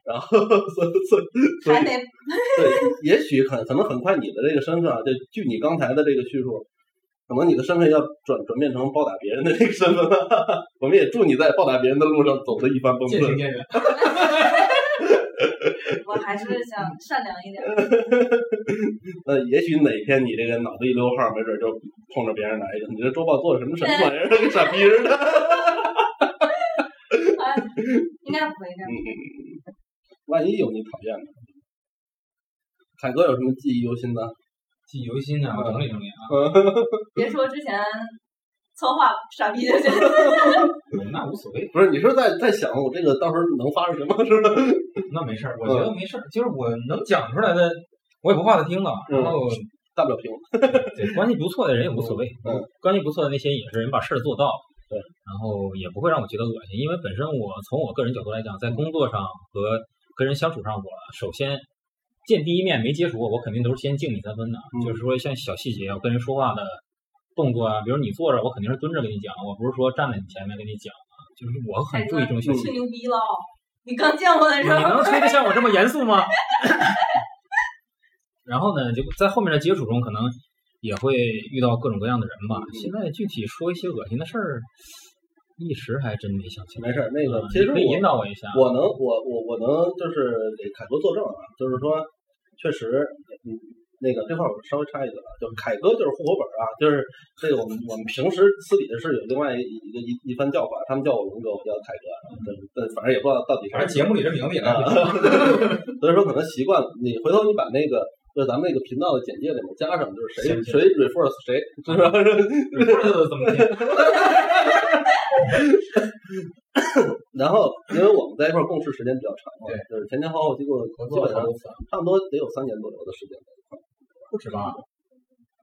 [SPEAKER 1] 然后，所以所以所以
[SPEAKER 5] 还，没
[SPEAKER 1] 对，也许很可能很快你的这个身份啊，就据你刚才的这个叙述，可能你的身份要转转变成暴打别人的这个身份了。 我们也祝你在暴打别人的路上走得一帆风
[SPEAKER 4] 渐
[SPEAKER 1] 顺
[SPEAKER 4] 行。渐远，
[SPEAKER 5] 我啊还是想善良一点。
[SPEAKER 1] 那也许哪天你这个脑子一溜号，没准就冲着别人来一个，你这周报做的什么什么玩意儿， 跟傻逼似的。
[SPEAKER 5] 哎，应该不会
[SPEAKER 1] 嗯
[SPEAKER 5] 这样。
[SPEAKER 1] 万一有你讨厌的，凯哥有什么记忆犹新的？
[SPEAKER 4] 记忆犹新呢，我整理整理啊，
[SPEAKER 5] 别说之前策划傻逼就行，
[SPEAKER 4] 那无所谓，
[SPEAKER 1] 不是，你是在在想我这个到时候能发生什么，是吧？
[SPEAKER 4] 那没事儿，我觉得没事儿，就是我能讲出来的，我也不怕他听了，
[SPEAKER 1] 嗯
[SPEAKER 4] 然后
[SPEAKER 1] 大不了平。
[SPEAKER 4] 对关系不错的人也无所谓，
[SPEAKER 1] 嗯
[SPEAKER 4] 关系不错的那些也是人把事儿做到了，
[SPEAKER 1] 对，
[SPEAKER 4] 然后也不会让我觉得恶心，因为本身我从我个人角度来讲，在工作上和跟人相处上，我首先见第一面没接触过，我肯定都是先敬你三分的，
[SPEAKER 1] 嗯
[SPEAKER 4] 就是说像小细节，啊我跟人说话的动作啊，比如你坐着，我肯定是蹲着跟你讲，我不是说站在你前面跟你讲啊，就是我很注意这种
[SPEAKER 6] 嗯
[SPEAKER 4] 小细
[SPEAKER 5] 吹
[SPEAKER 4] 节。
[SPEAKER 5] 牛逼了哦。你刚见我 的
[SPEAKER 4] 你
[SPEAKER 5] 时候
[SPEAKER 4] 能，吹得像我这么严肃吗？ 然后呢，就在后面的接触中，可能也会遇到各种各样的人吧。现在具体说一些恶心的事儿，一时还真没想起来。
[SPEAKER 1] 没事儿，那个
[SPEAKER 4] 嗯
[SPEAKER 1] 其实
[SPEAKER 4] 你可以引
[SPEAKER 1] 我
[SPEAKER 4] 导我一下。
[SPEAKER 1] 我能我我我能就是给凯哥作证啊，就是说确实，嗯，那个这块儿我稍微插一嘴啊，就是凯哥就是户口本儿啊，就是这个我们我们平时私底下是有另外一个一一番叫法，他们叫我龙哥，我叫凯哥，啊对对，反正也不知道到底
[SPEAKER 6] 反
[SPEAKER 1] 啥
[SPEAKER 6] 正节目里这名字也能
[SPEAKER 1] 啊，所以说可能习惯了。你回头你把那个就是咱们那个频道的简介里面加上，就是谁
[SPEAKER 4] 行行
[SPEAKER 1] 谁 refer 谁，就是吧？
[SPEAKER 4] 我怎么念？
[SPEAKER 1] 然后因为我们在一块儿共事时间比较长嘛
[SPEAKER 4] 对，
[SPEAKER 1] 就是前前后后经过
[SPEAKER 4] 合
[SPEAKER 1] 基
[SPEAKER 4] 作
[SPEAKER 1] 本上
[SPEAKER 4] 好多次，
[SPEAKER 1] 差不多得有三年左右的时间。
[SPEAKER 4] 不止吧？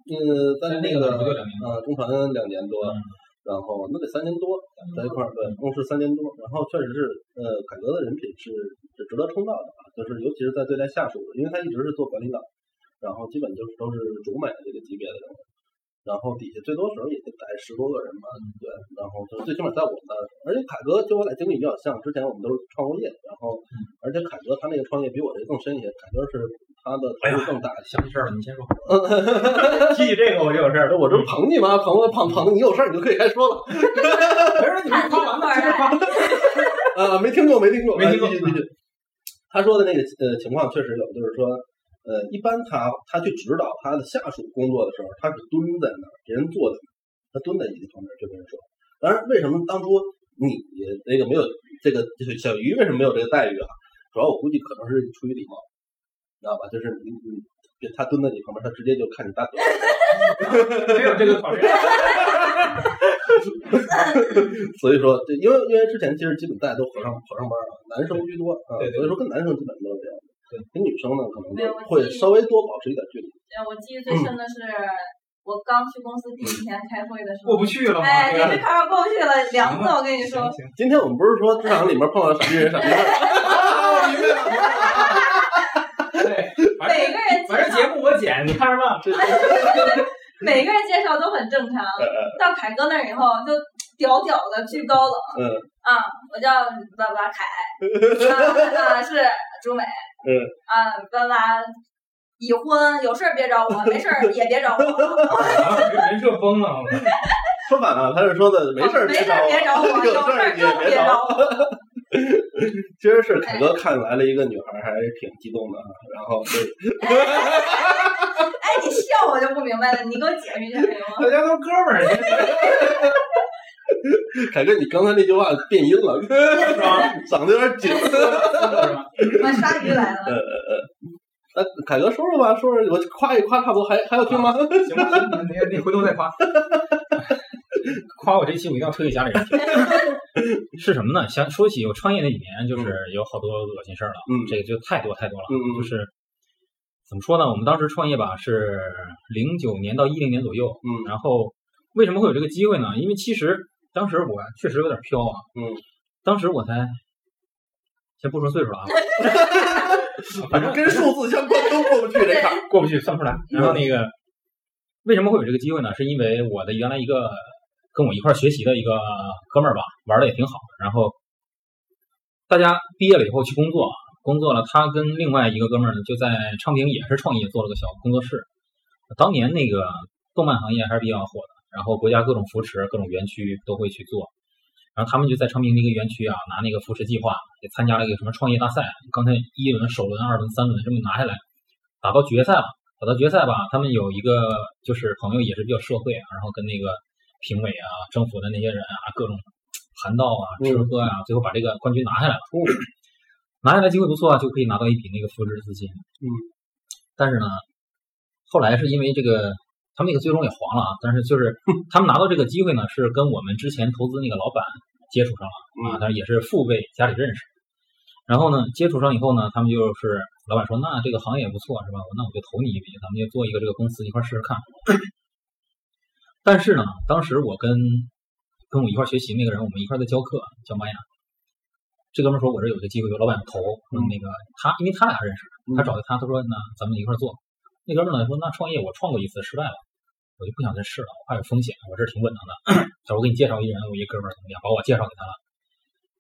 [SPEAKER 1] 呃，
[SPEAKER 4] 但
[SPEAKER 1] 在
[SPEAKER 4] 那
[SPEAKER 1] 那个
[SPEAKER 4] 不就两年吗？
[SPEAKER 1] 啊，中传两年多，
[SPEAKER 4] 嗯
[SPEAKER 1] 然后那得三年多在一块儿，对，共事三年多，然后确实是呃，凯德的人品是是值得称道的啊，就是尤其是在对待下属的，因为他一直是做管理岗，然后基本就是都是主美这个级别的人物，然后底下最多时候也就带十多个人吧，对，然后就是最起码在我们那儿，而且凯哥跟我俩经历比较像，之前我们都是创过业，然后而且凯哥他那个创业比我这更深一些，凯哥是他的投入更大一些。
[SPEAKER 4] 想起事儿了，你先 说。
[SPEAKER 6] 提起这个我就有事儿，
[SPEAKER 1] 我这不捧你吗？捧我捧捧你有事儿你就可以开说了。
[SPEAKER 5] 看你玩儿的，
[SPEAKER 1] 啊，没听过，没听过，
[SPEAKER 6] 没听过
[SPEAKER 1] 哎必须必须。他说的那个呃情况确实有，就是说，呃，一般他他去指导他的下属工作的时候，他是蹲在那儿，别人坐在那儿，他蹲在椅子旁边就跟人说。当然，为什么当初你那个没有这个就是小鱼为什么没有这个待遇啊？主要我估计可能是出于礼貌，你知道吧？就是你你别他蹲在你旁边，他直接就看你大腿。
[SPEAKER 6] 没有这个考虑。
[SPEAKER 1] 所以说，对，因为因为之前其实基本大家都合上合上班了，男生居多啊，
[SPEAKER 6] 对对
[SPEAKER 1] 所以说跟男生基本都是这样。
[SPEAKER 6] 对，
[SPEAKER 1] 跟女生呢可能
[SPEAKER 5] 没有
[SPEAKER 1] 就会稍微多保持一点距离。
[SPEAKER 5] 呃我记忆最深的是我刚去公司第一天开会的时
[SPEAKER 6] 过
[SPEAKER 5] 候
[SPEAKER 6] 不，去了吗？
[SPEAKER 5] 哎，
[SPEAKER 6] 这
[SPEAKER 5] 那
[SPEAKER 6] 个
[SPEAKER 5] 个坎儿过不去了，凉的，我跟你说
[SPEAKER 6] 行，行，
[SPEAKER 1] 今天我们不是说职场里面碰到傻逼人傻逼事儿，
[SPEAKER 6] 对，反
[SPEAKER 5] 每
[SPEAKER 6] 正
[SPEAKER 5] 个人
[SPEAKER 6] 反
[SPEAKER 5] 介
[SPEAKER 6] 正节
[SPEAKER 5] 绍，
[SPEAKER 6] 目我剪，你看着办。
[SPEAKER 5] 每个人介绍都很正常。
[SPEAKER 1] 嗯
[SPEAKER 5] 到凯哥那儿以后，就屌屌的，巨高冷。
[SPEAKER 1] 嗯
[SPEAKER 5] 啊，我叫巴巴 凯，啊啊是朱美，
[SPEAKER 1] 嗯
[SPEAKER 5] 啊巴巴已婚，有事儿别找 我，没事儿也别找 我，
[SPEAKER 6] 人设崩了，我操
[SPEAKER 1] 说反了，他是说的 没事儿
[SPEAKER 5] 哦没事
[SPEAKER 1] 找
[SPEAKER 5] 儿
[SPEAKER 1] 我，
[SPEAKER 5] 别找我，
[SPEAKER 1] 有
[SPEAKER 5] 有
[SPEAKER 1] 事
[SPEAKER 5] 事
[SPEAKER 1] 儿
[SPEAKER 5] 儿
[SPEAKER 1] 你
[SPEAKER 5] 更
[SPEAKER 1] 也别
[SPEAKER 5] 别
[SPEAKER 1] 找
[SPEAKER 5] 找
[SPEAKER 1] 我。
[SPEAKER 5] 我。哎
[SPEAKER 1] 其实是凯哥看来了一个女孩，还是挺激动的啊，然后就
[SPEAKER 5] 哎，你笑我就不明白了，你给我解释一下行吗？
[SPEAKER 6] 大家都哥们儿，你
[SPEAKER 1] 凯哥，你刚才那句话变音了，
[SPEAKER 6] 是吧？
[SPEAKER 1] 嗓子有点紧。
[SPEAKER 6] 是吧？
[SPEAKER 5] 我鲨鱼来
[SPEAKER 1] 嗯
[SPEAKER 5] 了，
[SPEAKER 1] 呃，凯哥说说吧，说说我夸一夸差不多，还还要听吗？嗯
[SPEAKER 6] 行吧，行吧你你回头再夸。
[SPEAKER 4] 夸我这期我一定要推给家里人听。是什么呢？想说起我创业那几年，就是有好多恶心事儿了，
[SPEAKER 1] 嗯
[SPEAKER 4] 这个就太多太多了。
[SPEAKER 1] 嗯嗯
[SPEAKER 4] 就是怎么说呢？我们当时创业吧，是零九年到一零年左右。
[SPEAKER 1] 嗯
[SPEAKER 4] 然后为什么会有这个机会呢？因为其实当时我确实有点飘啊。
[SPEAKER 1] 嗯。
[SPEAKER 4] 当时我才，先不说岁数了啊，
[SPEAKER 1] 反正跟数字相关都过不去这坎儿。
[SPEAKER 4] 过不去，算不出来。然后那个为什么会有这个机会呢？是因为我的原来一个跟我一块儿学习的一个哥们儿吧，玩的也挺好。然后大家毕业了以后去工作，工作了，他跟另外一个哥们儿就在昌平也是创业，做了个小工作室。当年那个动漫行业还是比较火的，然后国家各种扶持，各种园区都会去做。然后他们就在昌平的一个园区啊，拿那个扶持计划，也参加了一个什么创业大赛。刚才一轮、首轮、二轮、三轮这么拿下来，打到决赛了。打到决赛吧，他们有一个就是朋友也是比较社会啊，然后跟那个评委啊、政府的那些人啊，各种盘道啊、吃喝啊，最后把这个冠军拿下来了。拿下来机会不错啊，就可以拿到一笔那个扶持资金。
[SPEAKER 1] 嗯，
[SPEAKER 4] 但是呢，后来是因为这个他们那个最终也黄了啊，但是就是他们拿到这个机会呢，是跟我们之前投资那个老板接触上了啊，但是也是父辈家里认识。然后呢，接触上以后呢，他们就是老板说，那这个行业也不错是吧？那我就投你一笔，咱们就做一个这个公司一块儿试试看。 但是呢，当时我跟跟我一块儿学习那个人，我们一块儿在教课，教玛雅。这哥们儿说，我这有个机会，有老板投，
[SPEAKER 1] 嗯
[SPEAKER 4] 那个他，因为他俩认识，他找的他，他说那咱们一块儿做。那哥们儿呢说，那创业我创过一次失败了，我就不想再试了，我怕有风险，我这儿挺稳当的。他说我给你介绍一人，我一哥们儿怎么样，把我介绍给他了，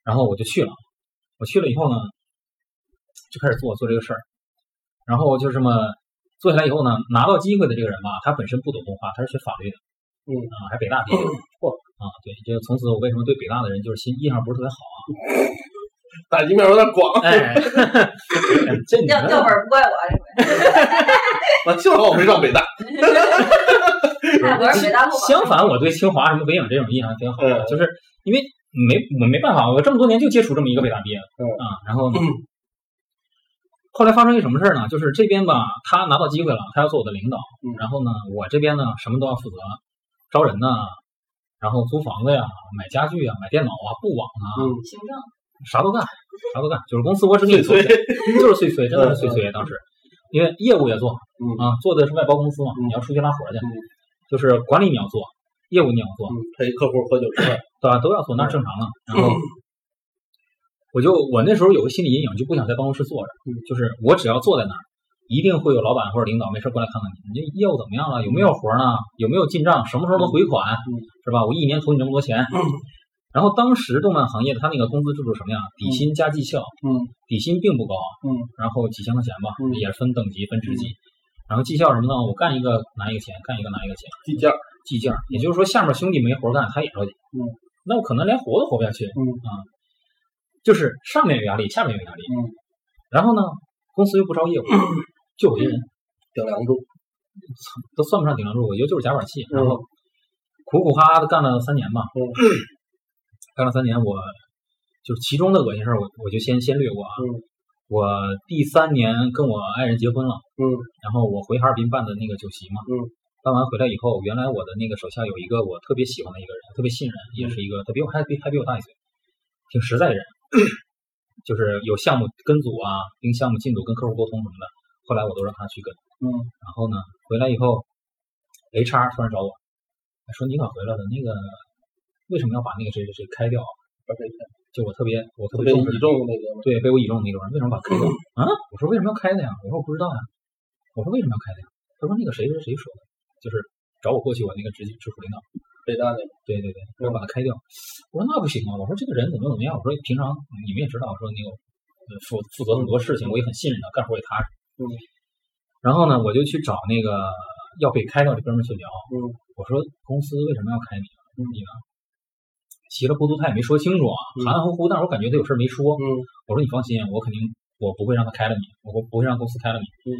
[SPEAKER 4] 然后我就去了。我去了以后呢，就开始做做这个事儿，然后就这么做下来以后呢，拿到机会的这个人吧，他本身不懂动画，他是学法律的，
[SPEAKER 1] 嗯
[SPEAKER 4] 啊，还北大毕业，啊，对，这个从此我为什么对北大的人就是心印象不是 特别好啊？
[SPEAKER 1] 打击面有点 广，
[SPEAKER 4] 哎， 这你
[SPEAKER 5] 掉
[SPEAKER 4] 们
[SPEAKER 5] 掉本儿不怪我，
[SPEAKER 1] 嗯啊，幸好我没上 北大。
[SPEAKER 5] 这回哎，我是北大路吧？
[SPEAKER 4] 相反，我对清华什么北影这种印象挺好的，
[SPEAKER 1] 嗯
[SPEAKER 4] 就是因为没我没办法，我这么多年就接触这么一个北大毕业的，
[SPEAKER 1] 嗯
[SPEAKER 4] 啊，然后呢，后来发生一什么事儿呢？就是这边吧，他拿到机会了，他要做我的领导，
[SPEAKER 1] 嗯
[SPEAKER 4] 然后呢，我这边呢什么都要负责，招人呢，然后租房子呀，买家具啊，买电脑啊，布网啊，
[SPEAKER 1] 嗯，
[SPEAKER 5] 行政，
[SPEAKER 4] 啥都干，啥都干，就是公司我指定
[SPEAKER 1] 所以
[SPEAKER 4] 就是碎催，真的是碎催。当时，因为业务也做，
[SPEAKER 1] 嗯
[SPEAKER 4] 啊，做的是外包公司嘛，
[SPEAKER 1] 嗯
[SPEAKER 4] 你要出去拉活去，
[SPEAKER 1] 嗯
[SPEAKER 4] 就是管理你要做，业务你要做，
[SPEAKER 1] 嗯，陪客户喝酒吃饭，嗯
[SPEAKER 4] 对吧？都要做，那正常了。然后我就我那时候有个心理阴影，就不想在办公室坐着，
[SPEAKER 1] 嗯
[SPEAKER 4] 就是我只要坐在那儿，一定会有老板或者领导没事过来看看你，你这业务怎么样了？有没有活呢？有没有进账？什么时候能回款？
[SPEAKER 1] 嗯
[SPEAKER 4] 是吧？我一年投你这么多钱。然后当时动漫行业的他那个工资制度是什么样？底薪加绩效，
[SPEAKER 1] 嗯，
[SPEAKER 4] 底薪并不高，啊
[SPEAKER 1] 嗯，
[SPEAKER 4] 然后几千块钱吧，
[SPEAKER 1] 嗯
[SPEAKER 4] 也是分等级分职级，然后绩效什么呢？我干一个拿一个钱，干一个拿一个钱，
[SPEAKER 1] 计价，
[SPEAKER 4] 计件儿，也就是说下面兄弟没活干，他也着急。
[SPEAKER 1] 嗯，
[SPEAKER 4] 那我可能连活都活不下去。
[SPEAKER 1] 嗯
[SPEAKER 4] 啊，就是上面有压力，下面有压力。
[SPEAKER 1] 嗯，
[SPEAKER 4] 然后呢，公司又不招 业务，就我一人，
[SPEAKER 1] 顶梁柱，
[SPEAKER 4] 都算不上顶梁柱，我觉得就是夹板气。然后苦苦哈哈的干了三年吧。
[SPEAKER 1] 嗯
[SPEAKER 4] 干了三年，我就是其中的恶心事儿，我我就先先略过啊。
[SPEAKER 1] 嗯
[SPEAKER 4] 我第三年跟我爱人结婚了。
[SPEAKER 1] 嗯
[SPEAKER 4] 然后我回哈尔滨办的那个酒席嘛，
[SPEAKER 1] 嗯，
[SPEAKER 4] 办完回来以后，原来我的那个手下有一个我特别喜欢的一个人，特别信任，也是一个他比我还比还比我大一岁，挺实在人， 就是有项目跟组啊，跟项目进度跟客户沟通什么的，后来我都让他去跟，
[SPEAKER 1] 嗯
[SPEAKER 4] 然后呢，回来以后，HR 突然找我，说你咋回来了？那个为什么要把那个谁谁谁开掉啊？
[SPEAKER 1] 把这个
[SPEAKER 4] 就我特别我特
[SPEAKER 1] 特
[SPEAKER 4] 别
[SPEAKER 1] 别嗯
[SPEAKER 4] 重视
[SPEAKER 1] 倚重那个，
[SPEAKER 4] 对，被我倚重的那个玩意儿，为什么把它开掉？啊？我说为什么要开的呀？我说我不知道呀。我说为什么要开的呀？他说那个谁谁谁说的，就是找我过去，我那个直接直属领导。
[SPEAKER 1] 北大那个，
[SPEAKER 4] 对对对，要把它开掉。我说那不行啊，我说这个人怎么怎么样？我说平常你们也知道，我说那个呃负负责很多事情，我也很信任他，干活也踏实。
[SPEAKER 1] 嗯。
[SPEAKER 4] 然后呢，我就去找那个要被开掉的哥们儿去聊。
[SPEAKER 1] 嗯。
[SPEAKER 4] 我说公司为什么要开你啊？
[SPEAKER 1] 嗯
[SPEAKER 4] 你呢？稀里糊涂他也没说清楚啊，
[SPEAKER 1] 嗯
[SPEAKER 4] 含含糊糊，但是我感觉他有事儿没说。
[SPEAKER 1] 嗯
[SPEAKER 4] 我说你放心，我肯定我不会让他开了你，我不不会让公司开了你。
[SPEAKER 1] 嗯。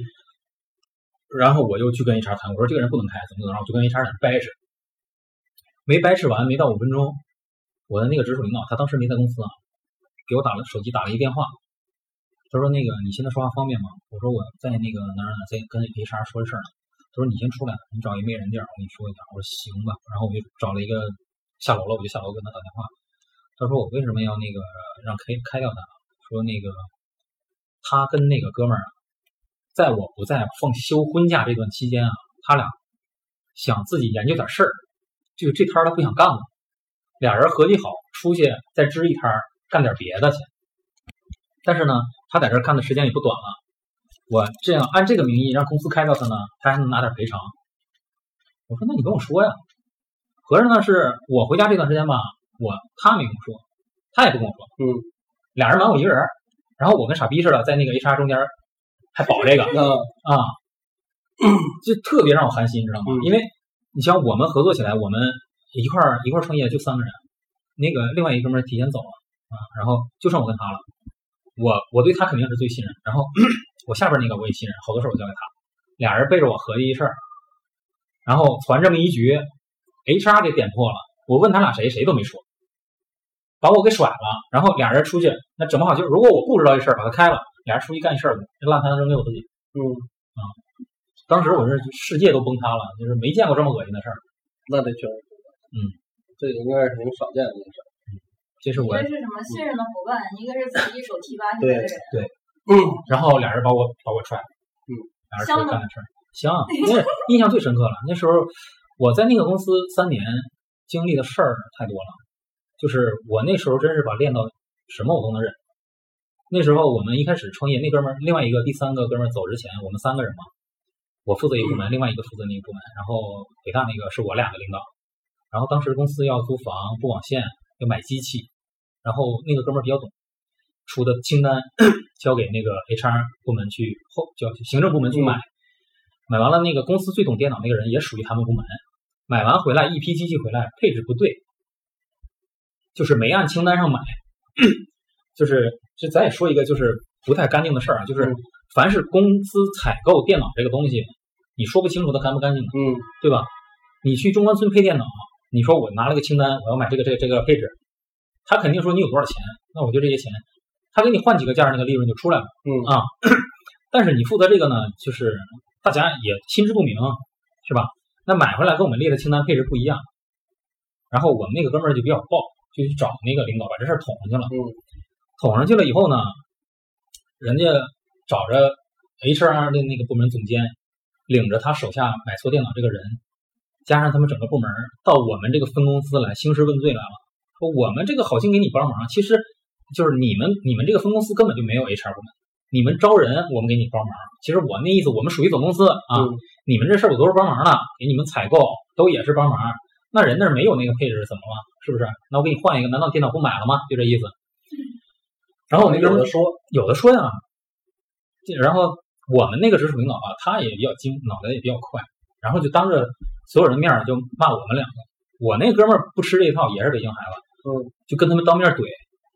[SPEAKER 4] 然后我又去跟 HR 谈，我说这个人不能开，怎么怎么着，我就跟 HR 在那掰扯，没掰扯完，没到五分钟，我的那个直属领导他当时没在公司啊，给我打了手机打了一电话，他说那个你现在说话方便吗？我说我在那个哪儿哪儿在跟 HR 说事儿呢。他说你先出来，你找一没人地儿，我跟你说一下。我说行吧，然后我就找了一个下楼了，我就下楼跟他打电话。他说我为什么要那个让开开掉他？说那个他跟那个哥们儿啊，在我不在放休婚假这段期间啊，他俩想自己研究点事儿，就这摊儿他不想干了，俩人合计好出去再支一摊儿干点别的去。但是呢，他在这儿干的时间也不短了，我这样按这个名义让公司开掉他呢，他还能拿点赔偿。我说那你跟我说呀。合着呢是我回家这段时间吧，我他没跟我说，他也不跟我说，
[SPEAKER 1] 嗯，
[SPEAKER 4] 俩人瞒我一个人儿，然后我跟傻逼似的在那个 HR 中间儿还保这个
[SPEAKER 1] 那
[SPEAKER 4] 啊，就特别让我寒心，你知道吗？
[SPEAKER 1] 嗯
[SPEAKER 4] 因为你像我们合作起来，我们一块儿一块儿创业就三个人，那个另外一个哥们儿提前走了啊，然后就剩我跟他了，我我对他肯定是最信任，然后 我下边那个我也信任，好多事儿我交给他，俩人背着我合计一事儿，然后传这么一局，HR 给点破了，我问他俩谁谁都没说。把我给甩了，然后俩人出去，那整不好就如果我不知道这事儿，把他开了，俩人出去干一事儿，这烂摊子扔给我自己。
[SPEAKER 1] 嗯，
[SPEAKER 4] 当时我是世界都崩塌了，就是没见过这么恶心的事儿。
[SPEAKER 1] 那这确实，
[SPEAKER 4] 嗯，
[SPEAKER 1] 这个应该是挺少见的一个事儿。
[SPEAKER 4] 这是
[SPEAKER 5] 一
[SPEAKER 4] 我
[SPEAKER 5] 个，是什么信任的伙伴，一个是自己一手提拔起
[SPEAKER 1] 对
[SPEAKER 5] 来的人，
[SPEAKER 4] 然后俩人把我把我踹了，
[SPEAKER 1] 嗯，
[SPEAKER 4] 俩人出去干的事儿。香，那印象最深刻了。那时候我在那个公司三年，经历的事儿太多了，就是我那时候真是把练到什么我都能忍。那时候我们一开始创业，那哥们儿另外一个第三个哥们儿走之前，我们三个人嘛，我负责一个部门，另外一个负责另一个部门，然后北大那个是我俩的领导。然后当时公司要租房、布网线、要买机器，然后那个哥们儿比较懂，出的清单 交给那个 HR 部门去后，交行政部门去买。买完了，那个公司最懂电脑那个人也属于他们部门。买完回来一批机器回来配置不对，就是没按清单上买， 就是这咱也说一个就是不太干净的事儿啊，就是
[SPEAKER 1] 嗯
[SPEAKER 4] 凡是公司采购电脑这个东西，你说不清楚它干不干净的。
[SPEAKER 1] 嗯
[SPEAKER 4] 对吧？你去中关村配电脑，你说我拿了个清单，我要买这个这个这个配置，他肯定说你有多少钱，那我就这些钱，他给你换几个价，那个利润就出来了。
[SPEAKER 1] 嗯
[SPEAKER 4] 啊，但是你负责这个呢，就是大家也心知肚明，是吧？那买回来跟我们列的清单配置不一样，然后我们那个哥们儿就比较暴，就去找那个领导把这事儿捅上去了。
[SPEAKER 1] 嗯
[SPEAKER 4] 捅上去了以后呢，人家找着 HR 的那个部门总监领着他手下买错电脑这个人，加上他们整个部门到我们这个分公司来兴师问罪来了，说我们这个好心给你帮忙，其实就是你们你们这个分公司根本就没有 HR 部门，你们招人我们给你帮忙，其实我那意思我们属于总公司啊，
[SPEAKER 1] 嗯
[SPEAKER 4] 你们这事儿我都是帮忙的，给你们采购都也是帮忙，那人那儿没有那个配置怎么了？是不是？那我给你换一个，难道电脑不买了吗？就这意思。然后我那哥们儿说，嗯有的说呀，这然后我们那个直属领导啊，他也比较精，脑袋也比较快，然后就当着所有人面儿就骂我们两个。我那哥们儿不吃这一套，也是北京孩子，
[SPEAKER 1] 嗯，
[SPEAKER 4] 就跟他们当面怼，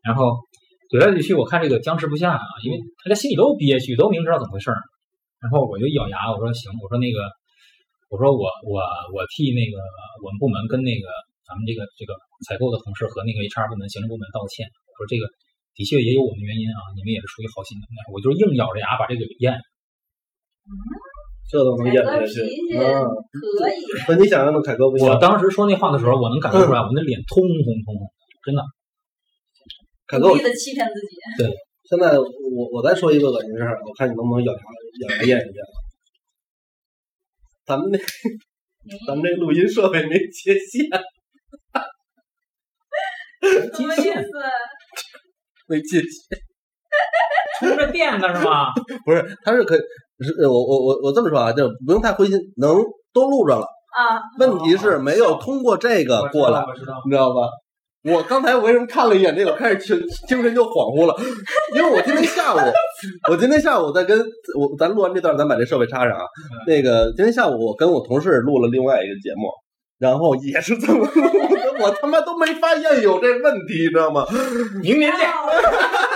[SPEAKER 4] 然后怼来怼去，我看这个僵持不下啊，因为大家心里都憋屈，都明知道怎么回事儿。然后我就一咬牙，我说行，我说那个，我说我我我替那个我们部门跟那个咱们这个这个采购的同事和那个 HR 部门、行政部门道歉，我说这个的确也有我们原因啊，你们也是出于好心的，我就硬咬着牙把这个给咽
[SPEAKER 1] 这都能
[SPEAKER 5] 凯
[SPEAKER 1] 演
[SPEAKER 5] 哥
[SPEAKER 1] 下
[SPEAKER 5] 脾气
[SPEAKER 1] 去啊！
[SPEAKER 5] 可以，
[SPEAKER 1] 和你想象的凯哥不一
[SPEAKER 4] 我嗯
[SPEAKER 1] 样，
[SPEAKER 4] 当时说那话的时候，我能感觉出来，我那脸通红通红，真的。
[SPEAKER 1] 凯哥
[SPEAKER 5] 努
[SPEAKER 1] 我
[SPEAKER 5] 力的欺骗自己。
[SPEAKER 1] 现在我我再说一个恶心事儿，我看你能不能咬牙咬牙咽一下。咱们那咱们这录音设备没接线，
[SPEAKER 5] 什么意思？
[SPEAKER 1] 没接线。
[SPEAKER 4] 充着电呢是 吗？
[SPEAKER 1] 不是，他是可是呃我我我我这么说啊，就是不用太灰心，能都录着了。
[SPEAKER 5] 啊，
[SPEAKER 1] 问题是没有通过这个过来，
[SPEAKER 4] 我知道，
[SPEAKER 1] 你知道吧？我刚才我为什么看了一眼这个，开始精精神就恍惚了，因为我今天下午，我今天下午在跟我咱录完这段，咱把这设备插上啊。那个今天下午我跟我同事录了另外一个节目，然后也是这么录的，我他妈都没发现有这问题，你知道吗？
[SPEAKER 4] 明年见。
[SPEAKER 5] 哦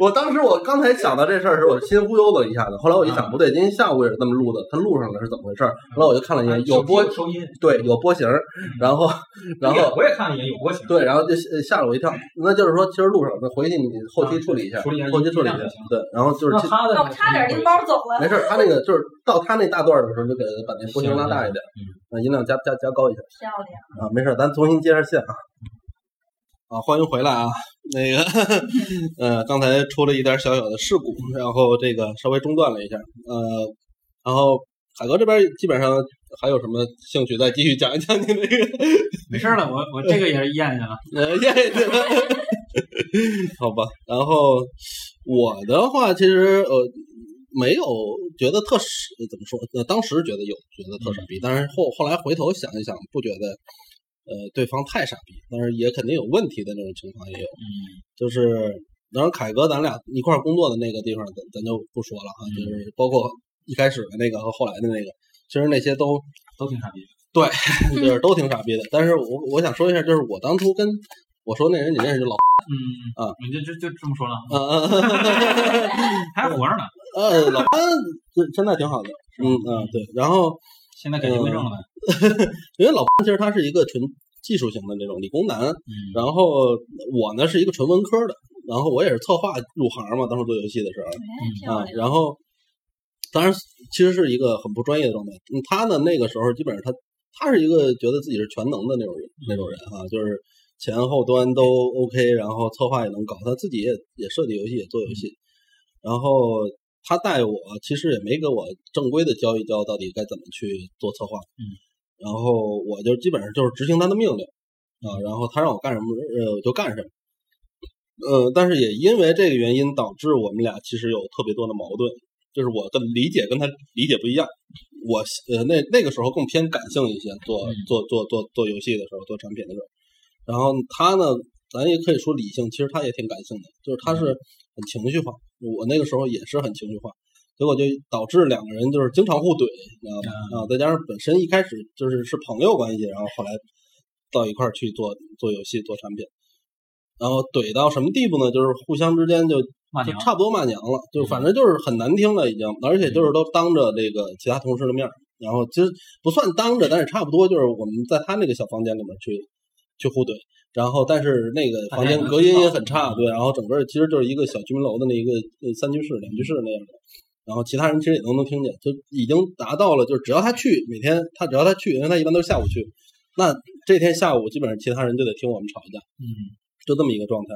[SPEAKER 1] 我当时我刚才想到这事儿的时候，我心忽悠了一下子。后来我一想，不对，今天下午也是这么录的，他录上了是怎么回事儿？后来我就看了一
[SPEAKER 4] 啊
[SPEAKER 1] 眼，有波
[SPEAKER 4] 收音，
[SPEAKER 1] 对有波形儿， 然后然后
[SPEAKER 4] 我也看了一眼有波形，
[SPEAKER 1] 对，然后就呃吓了我一跳。那就是说，其实录上，那回去你后期处理一下，
[SPEAKER 4] 啊处理一下
[SPEAKER 1] 后期处理一下
[SPEAKER 4] 尽量就行。
[SPEAKER 1] 对，然后就是
[SPEAKER 4] 那
[SPEAKER 1] 其
[SPEAKER 4] 他的
[SPEAKER 5] 那我差点拎包走了。
[SPEAKER 1] 没事儿，他那个就是到他那大段儿的时候，就给把那波形
[SPEAKER 4] 行
[SPEAKER 1] 拉大一点
[SPEAKER 4] 嗯，
[SPEAKER 1] 那音量加加加高一下
[SPEAKER 5] 漂亮，
[SPEAKER 1] 啊。没事儿，咱重新接上线啊。啊，欢迎回来啊！那个， 呃，刚才出了一点小小的事故，然后这个稍微中断了一下，呃，然后海哥这边基本上还有什么兴趣再继续讲一讲你这个
[SPEAKER 7] 没事儿了，我我这个也是咽下了。
[SPEAKER 1] 呃，耶， 好吧。然后我的话，其实呃，没有觉得特傻，怎么说？呃，当时觉得有觉得特傻逼，但是后后来回头想一想，不觉得呃对方太傻逼，但是也肯定有问题的那种情况也有。
[SPEAKER 4] 嗯
[SPEAKER 7] 嗯
[SPEAKER 1] 就是当然，凯哥咱俩一块儿工作的那个地方，咱咱就不说了啊，就是包括一开始的那个和后来的那个，其实那些都
[SPEAKER 4] 都挺傻逼。
[SPEAKER 1] 就是都挺傻逼的。但是我我想说一下，就是我当初跟我说那人，你认识就老
[SPEAKER 7] 嗯
[SPEAKER 1] 啊，
[SPEAKER 7] 你就就就这么说了，
[SPEAKER 1] 呃
[SPEAKER 7] 还活着呢，
[SPEAKER 1] 呃，老潘真真的挺好的，嗯嗯对。然后
[SPEAKER 7] 现在改结婚证了呗。
[SPEAKER 1] 因为老潘其实他是一个纯技术型的那种理工男，
[SPEAKER 7] 嗯，
[SPEAKER 1] 然后我呢是一个纯文科的，然后我也是策划入行嘛，当时做游戏的时候，
[SPEAKER 5] 哎漂
[SPEAKER 1] 啊，
[SPEAKER 5] 亮。
[SPEAKER 1] 然后当然其实是一个很不专业的状态。嗯他呢那个时候基本上他他是一个觉得自己是全能的那种人那种人啊，就是前后端都 OK，然后策划也能搞，他自己也也设计游戏也做游戏，然后。他带我，其实也没给我正规的教一教到底该怎么去做策划，嗯，然后我就基本上就是执行他的命令啊，然后他让我干什么，呃，我就干什么。呃，但是也因为这个原因，导致我们俩其实有特别多的矛盾，就是我的理解跟他理解不一样。我呃那那个时候更偏感性一些，做做做做做游戏的时候，做产品的时候，然后他呢，咱也可以说理性，其实他也挺感性的，就是他是很情绪化，我那个时候也是很情绪化。结果就导致两个人就是经常互怼，你知道吧？啊，再加上本身一开始就是是朋友关系，然后后来到一块儿去做做游戏、做产品，然后怼到什么地步呢？就是互相之间就
[SPEAKER 7] 骂啊娘，
[SPEAKER 1] 就
[SPEAKER 7] 嗯
[SPEAKER 1] 差不多骂娘了，就反正就是很难听了已经，而且就是都当着这个其他同事的面儿，然后其实不算当着，但是差不多就是我们在他那个小房间里面去去互怼，然后但是那个房间隔音也很
[SPEAKER 7] 嗯
[SPEAKER 1] 差，对，然后整个其实就是一个小居民楼的那一个呃三居室、两居室那样的。然后其他人其实也都能听见，就已经达到了，就是只要他去，每天他只要他去，因为他一般都是下午去，那这天下午基本上其他人就得听我们吵一架，嗯，就这么一个状态。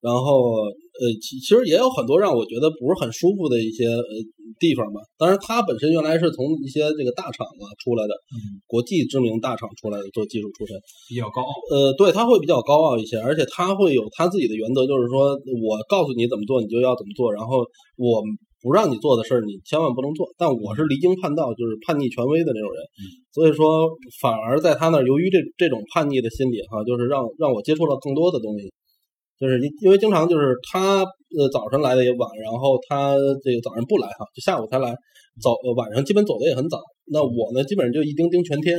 [SPEAKER 1] 然后呃，其其实也有很多让我觉得不是很舒服的一些呃地方吧。当然，他本身原来是从一些这个大厂啊出来的，国际知名大厂出来的做技术出身，
[SPEAKER 7] 嗯比较高傲，
[SPEAKER 1] 呃，对，他会比较高傲一些，而且他会有他自己的原则，就是说我告诉你怎么做，你就要怎么做，然后我不让你做的事儿，你千万不能做。但我是离经叛道，就是叛逆权威的那种人，所以说反而在他那儿，由于这这种叛逆的心理哈，就是让让我接触了更多的东西，就是因因为经常就是他呃早晨来的也晚，然后他这个早上不来哈，就下午才来，早呃晚上基本走的也很早。那我呢，基本上就一盯盯全天，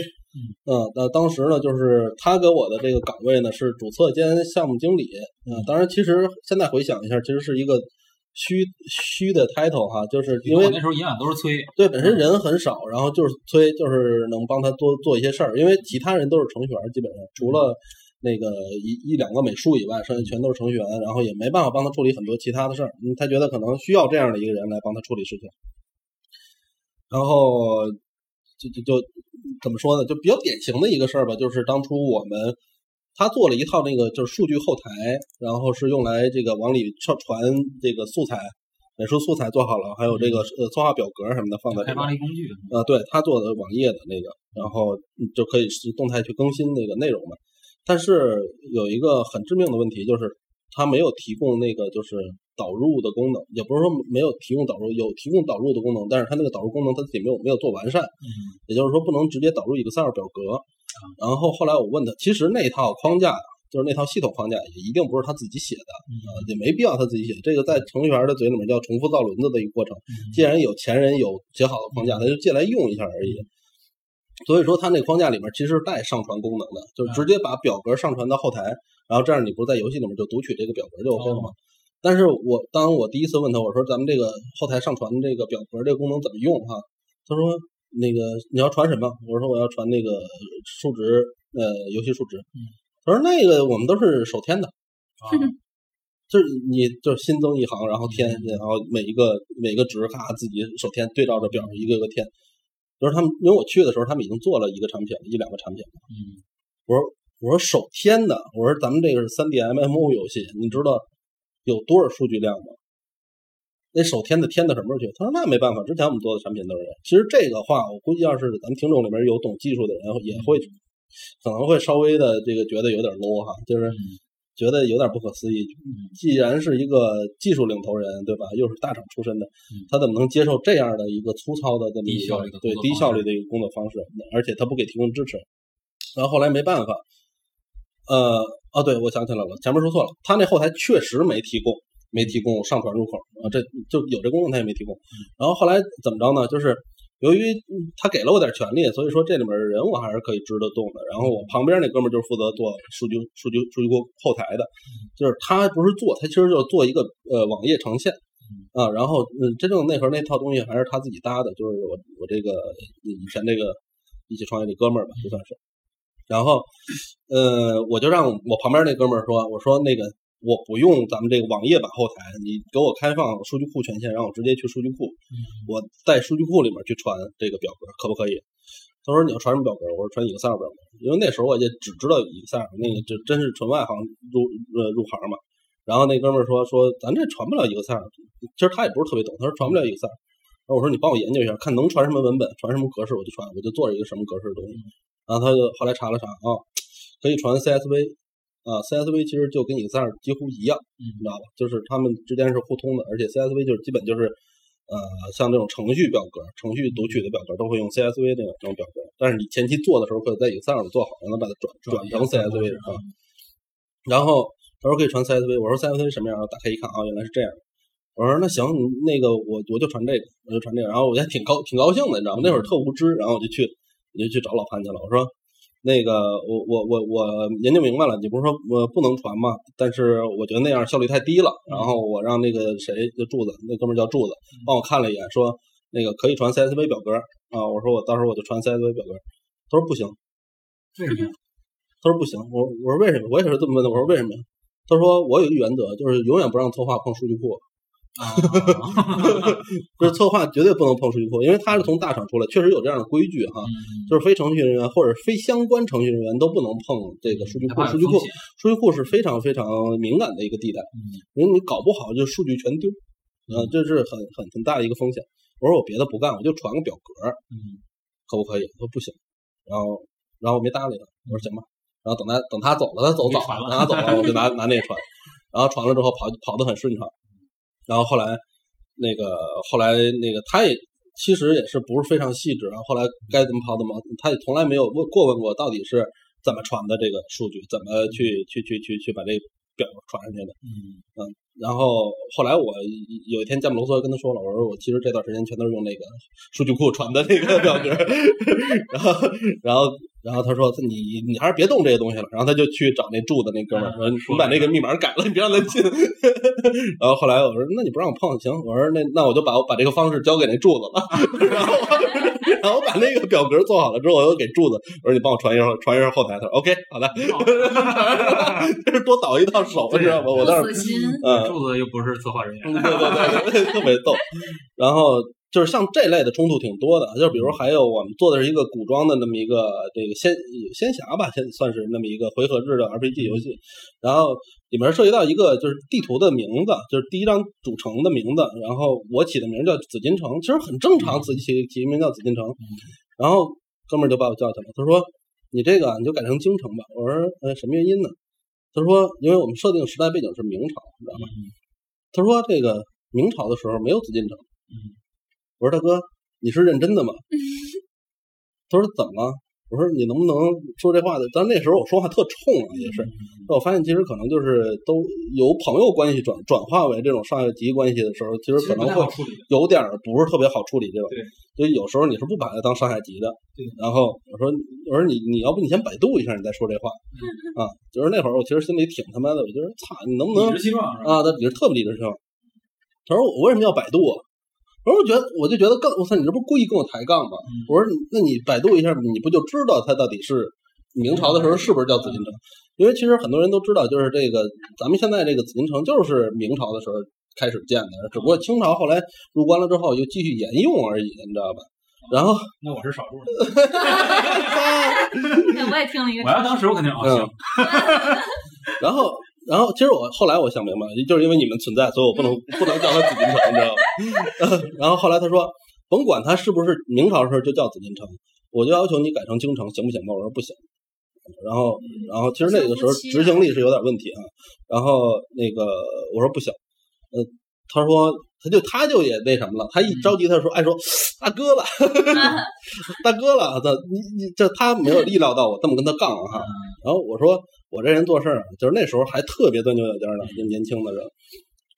[SPEAKER 1] 嗯，那当时呢，就是他给我的这个岗位呢是主策兼项目经理。嗯，当然，其实现在回想一下，其实是一个虚虚的 title 哈，就是因为
[SPEAKER 7] 我那时候一样都是催，
[SPEAKER 1] 对本身人很少，然后就是催，就是能帮他多做一些事儿。因为其他人都是程序员，基本上除了那个一一两个美术以外，剩下全都是程序员，然后也没办法帮他处理很多其他的事儿。嗯，他觉得可能需要这样的一个人来帮他处理事情。然后就就就怎么说呢？就比较典型的一个事儿吧，就是当初我们他做了一套那个就是数据后台，然后是用来这个往里传传这个素材，美术素材做好了，还有这个呃策划表格什么的放在
[SPEAKER 7] 嗯开
[SPEAKER 1] 里
[SPEAKER 7] 发
[SPEAKER 1] 面。
[SPEAKER 7] 了一工具，
[SPEAKER 1] 呃，对他做的网页的那个，然后你就可以是动态去更新那个内容嘛。但是有一个很致命的问题，就是它没有提供那个就是导入的功能，也不是说没有提供导入，有提供导入的功能，但是它那个导入功能它自己没有没有做完善，
[SPEAKER 7] 嗯
[SPEAKER 1] 也就是说不能直接导入 Excel 表格。然后后来我问他，其实那套框架啊就是那套系统框架也一定不是他自己写的，呃也没必要他自己写。这个在程序员的嘴里面叫重复造轮子的一个过程。
[SPEAKER 7] 嗯
[SPEAKER 1] 既然有前人有写好的框架，他就借来用一下而已。所以说，它那框架里面其实是带上传功能的，就是直接把表格上传到后台，然后这样你不是在游戏里面就读取这个表格就 OK 了吗？但是我当我第一次问他，我说咱们这个后台上传这个表格这个功能怎么用哈、他说那个你要传什么？我说我要传那个数值，呃，游戏数值。他说那个我们都是手添的，啊就是你就是新增一行，然后添，然后每一个每一个值咔自己手添对照着表一个个添。就是他们，因为我去的时候，他们已经做了一个产品了，一两个产品了。
[SPEAKER 7] 嗯，
[SPEAKER 1] 我说我说手添的，我说咱们这个是三 D MMO 游戏，你知道有多少数据量吗？那手添的添到什么时候去？他说那没办法，之前我们做的产品都是这样。其实这个话，我估计要是咱们听众里面有懂技术的人，也会可能会稍微的这个觉得有点 low 哈，
[SPEAKER 7] 嗯
[SPEAKER 1] 就是
[SPEAKER 4] 嗯
[SPEAKER 1] 觉得有点不可思议。既然是一个技术领头人，对吧？又是大厂出身的，他怎么能接受这样的一个粗糙的这么
[SPEAKER 7] 嗯
[SPEAKER 1] 一
[SPEAKER 7] 低
[SPEAKER 1] 个
[SPEAKER 7] 效率的
[SPEAKER 1] 对
[SPEAKER 7] 工作
[SPEAKER 1] 低
[SPEAKER 7] 方
[SPEAKER 1] 效
[SPEAKER 7] 式
[SPEAKER 1] 率的一个工作方式？而且他不给提供支持。然后后来没办法，呃，哦，对，我想起来了，前面说错了，他那后台确实没提供，没提供上传入口啊，这就有这功能他也没提供。
[SPEAKER 7] 嗯
[SPEAKER 1] 然后后来怎么着呢？就是由于嗯他给了我点权利，所以说这里面人我还是可以支得动的。然后我旁边那哥们儿就是负责做数据数据数据库后台的，就是他不是做，他其实就是做一个呃网页呈现。啊，然后嗯，真正内核那套东西还是他自己搭的，就是我我这个以前这个一起创业的哥们儿吧，就算是。然后，呃，我就让我旁边那哥们儿说，我说那个我不用咱们这个网页版后台，你给我开放数据库权限，让我直接去数据库，
[SPEAKER 7] 嗯
[SPEAKER 1] 我在数据库里面去传这个表格，可不可以？他说你要传什么表格？我说传 Excel 表格，因为那时候我也只知道 Excel，那个这真是纯外行入呃入行嘛。然后那哥们儿说说咱这传不了 Excel，其实他也不是特别懂，他说传不了 Excel。然后我说你帮我研究一下，看能传什么文本，传什么格式，我就传，我就做了一个什么格式的东
[SPEAKER 7] 嗯
[SPEAKER 1] 西。然后他就后来查了查啊，可以传 CSV 啊，CSV 其实就跟 Excel 几乎一样，
[SPEAKER 7] 嗯
[SPEAKER 1] 你知道吧？就是他们之间是互通的，而且 CSV 就是基本就是呃，像这种程序表格、程序读取的表格都会用 CSV 这种这种表格，但是你前期做的时候可以在 Excel 里做好，然后把它转转
[SPEAKER 7] 转一下嗯
[SPEAKER 1] 成 CSV 啊。然后他说可以传 CSV，我说 CSV 什么样？然后打开一看啊，原来是这样。我说那行，你那个我我就传这个，我就传这个，然后我还挺高挺高兴的，你知道吗？那会儿特无知，然后我就去我就去找老潘去了。我说那个我我我我研究明白了，你不是说我不能传吗？但是我觉得那样效率太低了。然后我让那个谁就柱子，那哥们儿叫柱子，帮我看了一眼，说那个可以传 CSV 表格啊。我说我到时候我就传 CSV 表格。他说不行，
[SPEAKER 7] 为什么？
[SPEAKER 1] 他说不行。我我说为什么？我也是这么问的。我说为什么呀？他说我有一个原则，就是永远不让策划碰数据库。
[SPEAKER 7] 啊
[SPEAKER 1] 就是策划绝对不能碰数据库，因为他是从大厂出来，确实有这样的规矩哈，
[SPEAKER 7] 嗯
[SPEAKER 1] 就是非程序人员或者非相关程序人员都不能碰这个数据
[SPEAKER 7] 害
[SPEAKER 1] 库。
[SPEAKER 7] 怕有
[SPEAKER 1] 数据库
[SPEAKER 7] 风险，嗯
[SPEAKER 1] 数据库是非常非常敏感的一个地带，因为你搞不好就数据全丢，啊，这是很很很大的一个风险。我说我别的不干，我就传个表格，
[SPEAKER 7] 嗯，
[SPEAKER 1] 可不可以？他说不行，然后然后我没搭理他，我说行吧，然后等他等他走了，他走早
[SPEAKER 7] 传
[SPEAKER 1] 了，
[SPEAKER 7] 了
[SPEAKER 1] 等他走了，我就拿 拿那传，然后传了之后跑跑得很顺畅，然后后来那个后来那个他也其实也是不是非常细致，然后后来该怎么跑怎么跑，他也从来没有问过问过到底是怎么传的这个数据，怎么去去去去去把这表传上去的，
[SPEAKER 7] 嗯
[SPEAKER 1] 然后后来我有一天见不罗嗦跟他说了，我说我其实这段时间全都是用那个数据库传的那个表格， 然后然后然后他说你你还是别动这些东西了，然后他就去找那住的那哥们儿说你把那个密码改了，你别让他进。 然后后来我说那你不让我碰行，我说那那我就把我把这个方式交给那柱子了， 然后然后我把那个表格做好了之后，我又给柱子我说你帮我传一下传一下后台，他说 OK 好的，
[SPEAKER 7] 哦
[SPEAKER 1] 就是 多倒一趟手你知道吗？我当时
[SPEAKER 5] 死心，
[SPEAKER 1] 嗯。
[SPEAKER 7] 柱子又不是策划人员，
[SPEAKER 1] 对对对，对，特别逗。然后就是像这类的冲突挺多的，就比如还有我们做的是一个古装的那么一个这个仙仙侠吧，先算是那么一个回合制的 RPG 游戏，然后里面涉及到一个就是地图的名字，就是第一张主城的名字，然后我起的名叫紫禁城，其实很正常，自己起起名叫紫禁城，然后哥们儿就把我叫起来，他说你这个你就改成京城吧，我说呃什么原因呢？他说因为我们设定时代背景是明朝，你知道吧？他说这个明朝的时候没有紫禁城。
[SPEAKER 7] 嗯
[SPEAKER 1] 我说大哥，你是认真的吗？他说怎么了？我说你能不能说这话的？但那时候我说话特冲啊，也
[SPEAKER 7] 嗯
[SPEAKER 1] 是。但我发现其实可能就是都由朋友关系转转化为这种上下级关系的时候，其实
[SPEAKER 7] 其
[SPEAKER 1] 可
[SPEAKER 7] 实
[SPEAKER 1] 能
[SPEAKER 7] 不太好
[SPEAKER 1] 会
[SPEAKER 7] 处理的。
[SPEAKER 1] 有点儿不是特别好处理这种，
[SPEAKER 7] 对，
[SPEAKER 1] 就有时候你是不把它当上下级的，
[SPEAKER 7] 对。
[SPEAKER 1] 然后我说，我说你你要不你先百度一下，你再说这话，
[SPEAKER 7] 嗯
[SPEAKER 1] 啊，就是那会儿我其实心里挺他妈的，我觉得操，你能不能
[SPEAKER 7] 理直气壮是吧？
[SPEAKER 1] 啊，他理特别理直气壮。他说我为什么要百度啊？我说我觉得我就觉得更我操，你这不是故意跟我抬杠吗？
[SPEAKER 7] 嗯
[SPEAKER 1] 我说那你百度一下，你不就知道它到底是明朝的时候是不是叫紫禁城？因为其实很多人都知道，就是这个咱们现在这个紫禁城就是明朝的时候开始建的，只不过清朝后来入关了之后又继续沿用而已，你知道吧？然后，
[SPEAKER 7] 那我是少数的。
[SPEAKER 5] 对 我也听了一个
[SPEAKER 7] 我，要当时我肯定
[SPEAKER 4] 哦
[SPEAKER 7] 啊，
[SPEAKER 1] 嗯
[SPEAKER 7] 行，，
[SPEAKER 1] 然后，然后，其实我后来我想明白，就是因为你们存在，所以我不能不能叫它紫禁城，你知道吗？ 嗯然后后来他说，甭管它是不是明朝时候就叫紫禁城，我就要求你改成京城，行不行吧？我说不行。然后，然后其实那个时候执行力是有点问题啊。然后那个我说不行，呃，他说他就他就也那什么了，他一着急他说，哎说 大哥了，
[SPEAKER 5] 啊
[SPEAKER 1] 大哥了，啊他你你这他没有意料到我这么跟他杠啊哈。然后我说我这人做事儿啊就是那时候还特别钻牛角尖儿呢，就年轻的人。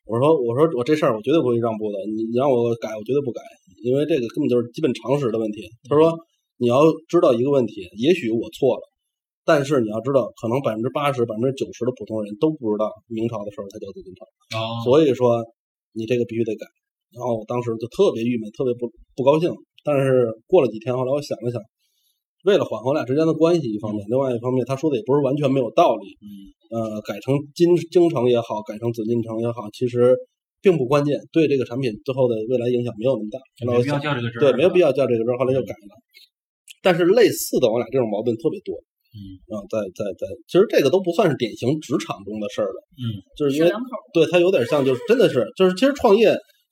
[SPEAKER 1] 我说我说我这事儿我绝对不会让步的，你你让我改我绝对不改，因为这个根本就是基本常识的问题。他说你要知道一个问题，也许我错了。但是你要知道，可能百分之八十、百分之九十的普通人都不知道明朝的时候它叫紫禁城，
[SPEAKER 7] 哦
[SPEAKER 1] 所以说你这个必须得改。然后我当时就特别郁闷，特别不不高兴。但是过了几天，后来我想了想，为了缓和我俩之间的关系，一方面，
[SPEAKER 7] 嗯
[SPEAKER 1] 另外一方面，他说的也不是完全没有道理。呃，改成金京城也好，改成紫禁城也好，其实并不关键，对这个产品最后的未来影响没有那么大。后
[SPEAKER 7] 没
[SPEAKER 1] 来我
[SPEAKER 7] 必
[SPEAKER 1] 想
[SPEAKER 7] 要叫这个真儿。
[SPEAKER 1] 对，没有必要叫这个字儿，后来就改了。但是类似的，我俩这种矛盾特别多。
[SPEAKER 7] 嗯，
[SPEAKER 1] 啊，在在在，其实这个都不算是典型职场中的事儿了。
[SPEAKER 7] 嗯，
[SPEAKER 1] 就是因
[SPEAKER 5] 是
[SPEAKER 1] 为
[SPEAKER 5] 两口儿，
[SPEAKER 1] 对它有点像，就是真的是，就是其实创业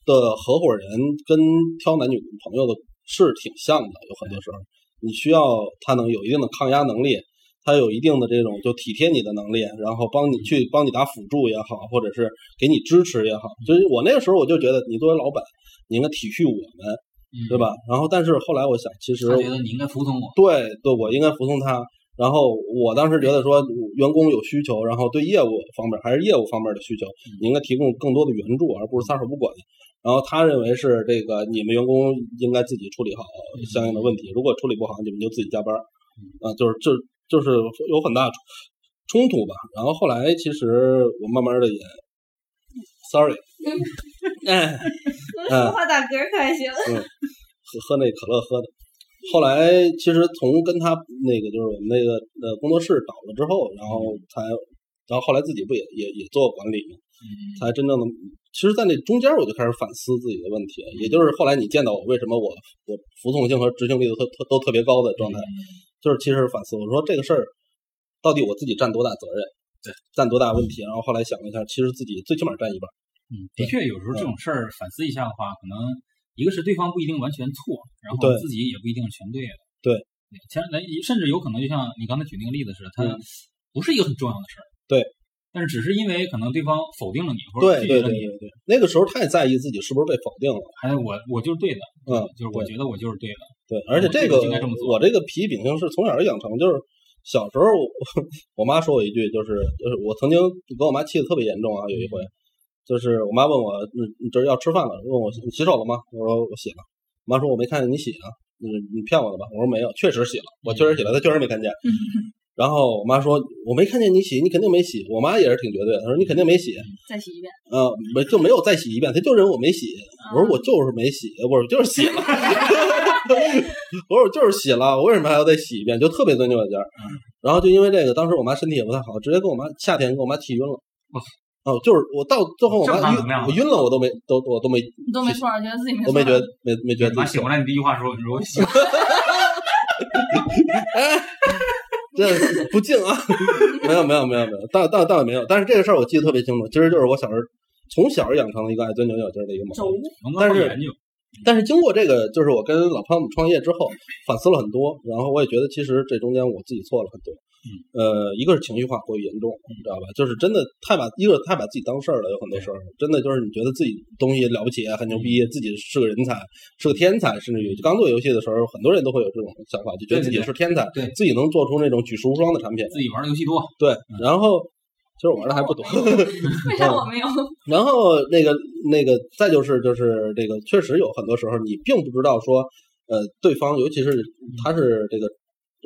[SPEAKER 1] 的合伙人跟挑男女朋友的是挺像的，有很多时候你需要他能有一定的抗压能力，他有一定的这种就体贴你的能力，然后帮你去帮你打辅助也好，或者是给你支持也好。就是我那个时候我就觉得，你作为老板，你应该体恤我们，
[SPEAKER 4] 嗯
[SPEAKER 1] 对吧？然后但是后来我想，其实
[SPEAKER 7] 他觉得你应该服从我。
[SPEAKER 1] 对对，我应该服从他。然后我当时觉得说，员工有需求，然后对业务方面还是业务方面的需求，你应该提供更多的援助，而不是撒手不管。然后他认为是这个你们员工应该自己处理好相应的问题，如果处理不好，你们就自己加班儿。啊、就是就就是有很大冲突吧。然后后来其实我慢慢的也，sorry，哎，嗯
[SPEAKER 5] 说话打嗝可还行，
[SPEAKER 1] 喝喝那可乐喝的。后来其实从跟他那个就是我们那个呃工作室倒了之嗯
[SPEAKER 4] 嗯
[SPEAKER 1] 后，然后才，然后后来自己不也也也做管理嘛，才真正的其实，在那中间我就开始反思自己的问题，也就是后来你见到我为什么我我服从性和执行力都特特都特别高的状态，
[SPEAKER 4] 嗯
[SPEAKER 1] 就是其实反思我说这个事儿到底我自己占多大责任，
[SPEAKER 4] 对，
[SPEAKER 1] 占多大问题，然后后来想了一下，其实自己最起码占一半，
[SPEAKER 4] 嗯，的确，有时候这种事儿反思一下的话，可能一个是对方不一定完全错，然后
[SPEAKER 1] 对
[SPEAKER 4] 自己也不一定全对的。
[SPEAKER 1] 对
[SPEAKER 4] 对，前来甚至有可能就像你刚才举那个例子似的，它
[SPEAKER 1] 嗯
[SPEAKER 4] 不是一个很重要的事儿。
[SPEAKER 1] 对，
[SPEAKER 4] 但是只是因为可能对方否定了你，或者
[SPEAKER 1] 对
[SPEAKER 4] 拒
[SPEAKER 1] 对
[SPEAKER 4] 绝
[SPEAKER 1] 对
[SPEAKER 4] 了你，
[SPEAKER 1] 对对，那个时候太在意自己是不是被否定了，
[SPEAKER 4] 还有我我就是对的，
[SPEAKER 1] 嗯，
[SPEAKER 4] 就是我
[SPEAKER 1] 对
[SPEAKER 4] 觉得我就是对的。
[SPEAKER 1] 对，而且
[SPEAKER 4] 我
[SPEAKER 1] 这
[SPEAKER 4] 哦这
[SPEAKER 1] 个
[SPEAKER 4] 个应该这么做
[SPEAKER 1] 我这个脾气秉性是从小养成，就是小时候我 我妈说我一句，就是就是我曾经跟我妈气得特别严重啊，有一
[SPEAKER 4] 嗯
[SPEAKER 1] 回，就是我妈问我，嗯你这要吃饭了，问我你洗手了吗？我说我洗了。我妈说我没看见你洗啊，你你骗我的吧？我说没有，确实洗了，我确实洗了，她确实没看见。
[SPEAKER 4] 嗯
[SPEAKER 1] 然后我妈说我没看见你洗，你肯定没洗。我妈也是挺绝对的，她说你肯定没洗，
[SPEAKER 5] 再洗一遍。
[SPEAKER 4] 嗯
[SPEAKER 1] 呃，没就没有再洗一遍，她就认为我没洗。我说我
[SPEAKER 5] 啊
[SPEAKER 1] 就是没洗，我说就是洗了， 我说我就是洗了，我为什么还要再洗一遍？就特别钻牛角尖儿。
[SPEAKER 4] 嗯
[SPEAKER 1] 然后就因为这个，当时我妈身体也不太好，直接跟我妈夏天跟我妈气晕了
[SPEAKER 4] 我。
[SPEAKER 1] 哦，就是我到最后我
[SPEAKER 4] 正
[SPEAKER 1] 妈
[SPEAKER 4] 常
[SPEAKER 1] 晕
[SPEAKER 4] 能量，
[SPEAKER 1] 我晕了，我都没都我都没
[SPEAKER 5] 你都没错，觉得自己没错。
[SPEAKER 1] 都没觉得没没觉得
[SPEAKER 4] 你
[SPEAKER 1] 自
[SPEAKER 4] 妈
[SPEAKER 1] 己
[SPEAKER 4] 醒过来，你第一句话说：“你说我醒。
[SPEAKER 1] 这不敬啊！ 没有没有没有没有，倒倒倒也没有。但是这个事儿我记得特别清楚，其实就是我小时候从小养成了一个爱钻牛角尖儿的一个毛病
[SPEAKER 5] 轴。”
[SPEAKER 4] 能不
[SPEAKER 1] 但
[SPEAKER 4] 能
[SPEAKER 1] 是
[SPEAKER 4] 研究？
[SPEAKER 1] 但是经过这个，就是我跟老胖子创业之后，反思了很多，然后我也觉得其实这中间我自己错了很多。
[SPEAKER 4] 嗯
[SPEAKER 1] 呃，一个是情绪化过于严重，你知道吧？就是真的太把一个太把自己当事儿了，有很多时候真的就是你觉得自己东西了不起，啊很牛
[SPEAKER 4] 嗯
[SPEAKER 1] 逼，自己是个人才，是个天才，甚至于就刚做游戏的时候，很多人都会有这种想法，就觉得自己是天才，
[SPEAKER 4] 对对对
[SPEAKER 1] 自己能做出那种举世无双的产品。
[SPEAKER 4] 自己玩嗯的游戏多，
[SPEAKER 1] 对，然后其实我玩的还不多。
[SPEAKER 5] 为啥我没有？
[SPEAKER 1] 然后那个那个，再就是就是这个，确实有很多时候你并不知道说，呃，对方尤其是他是这个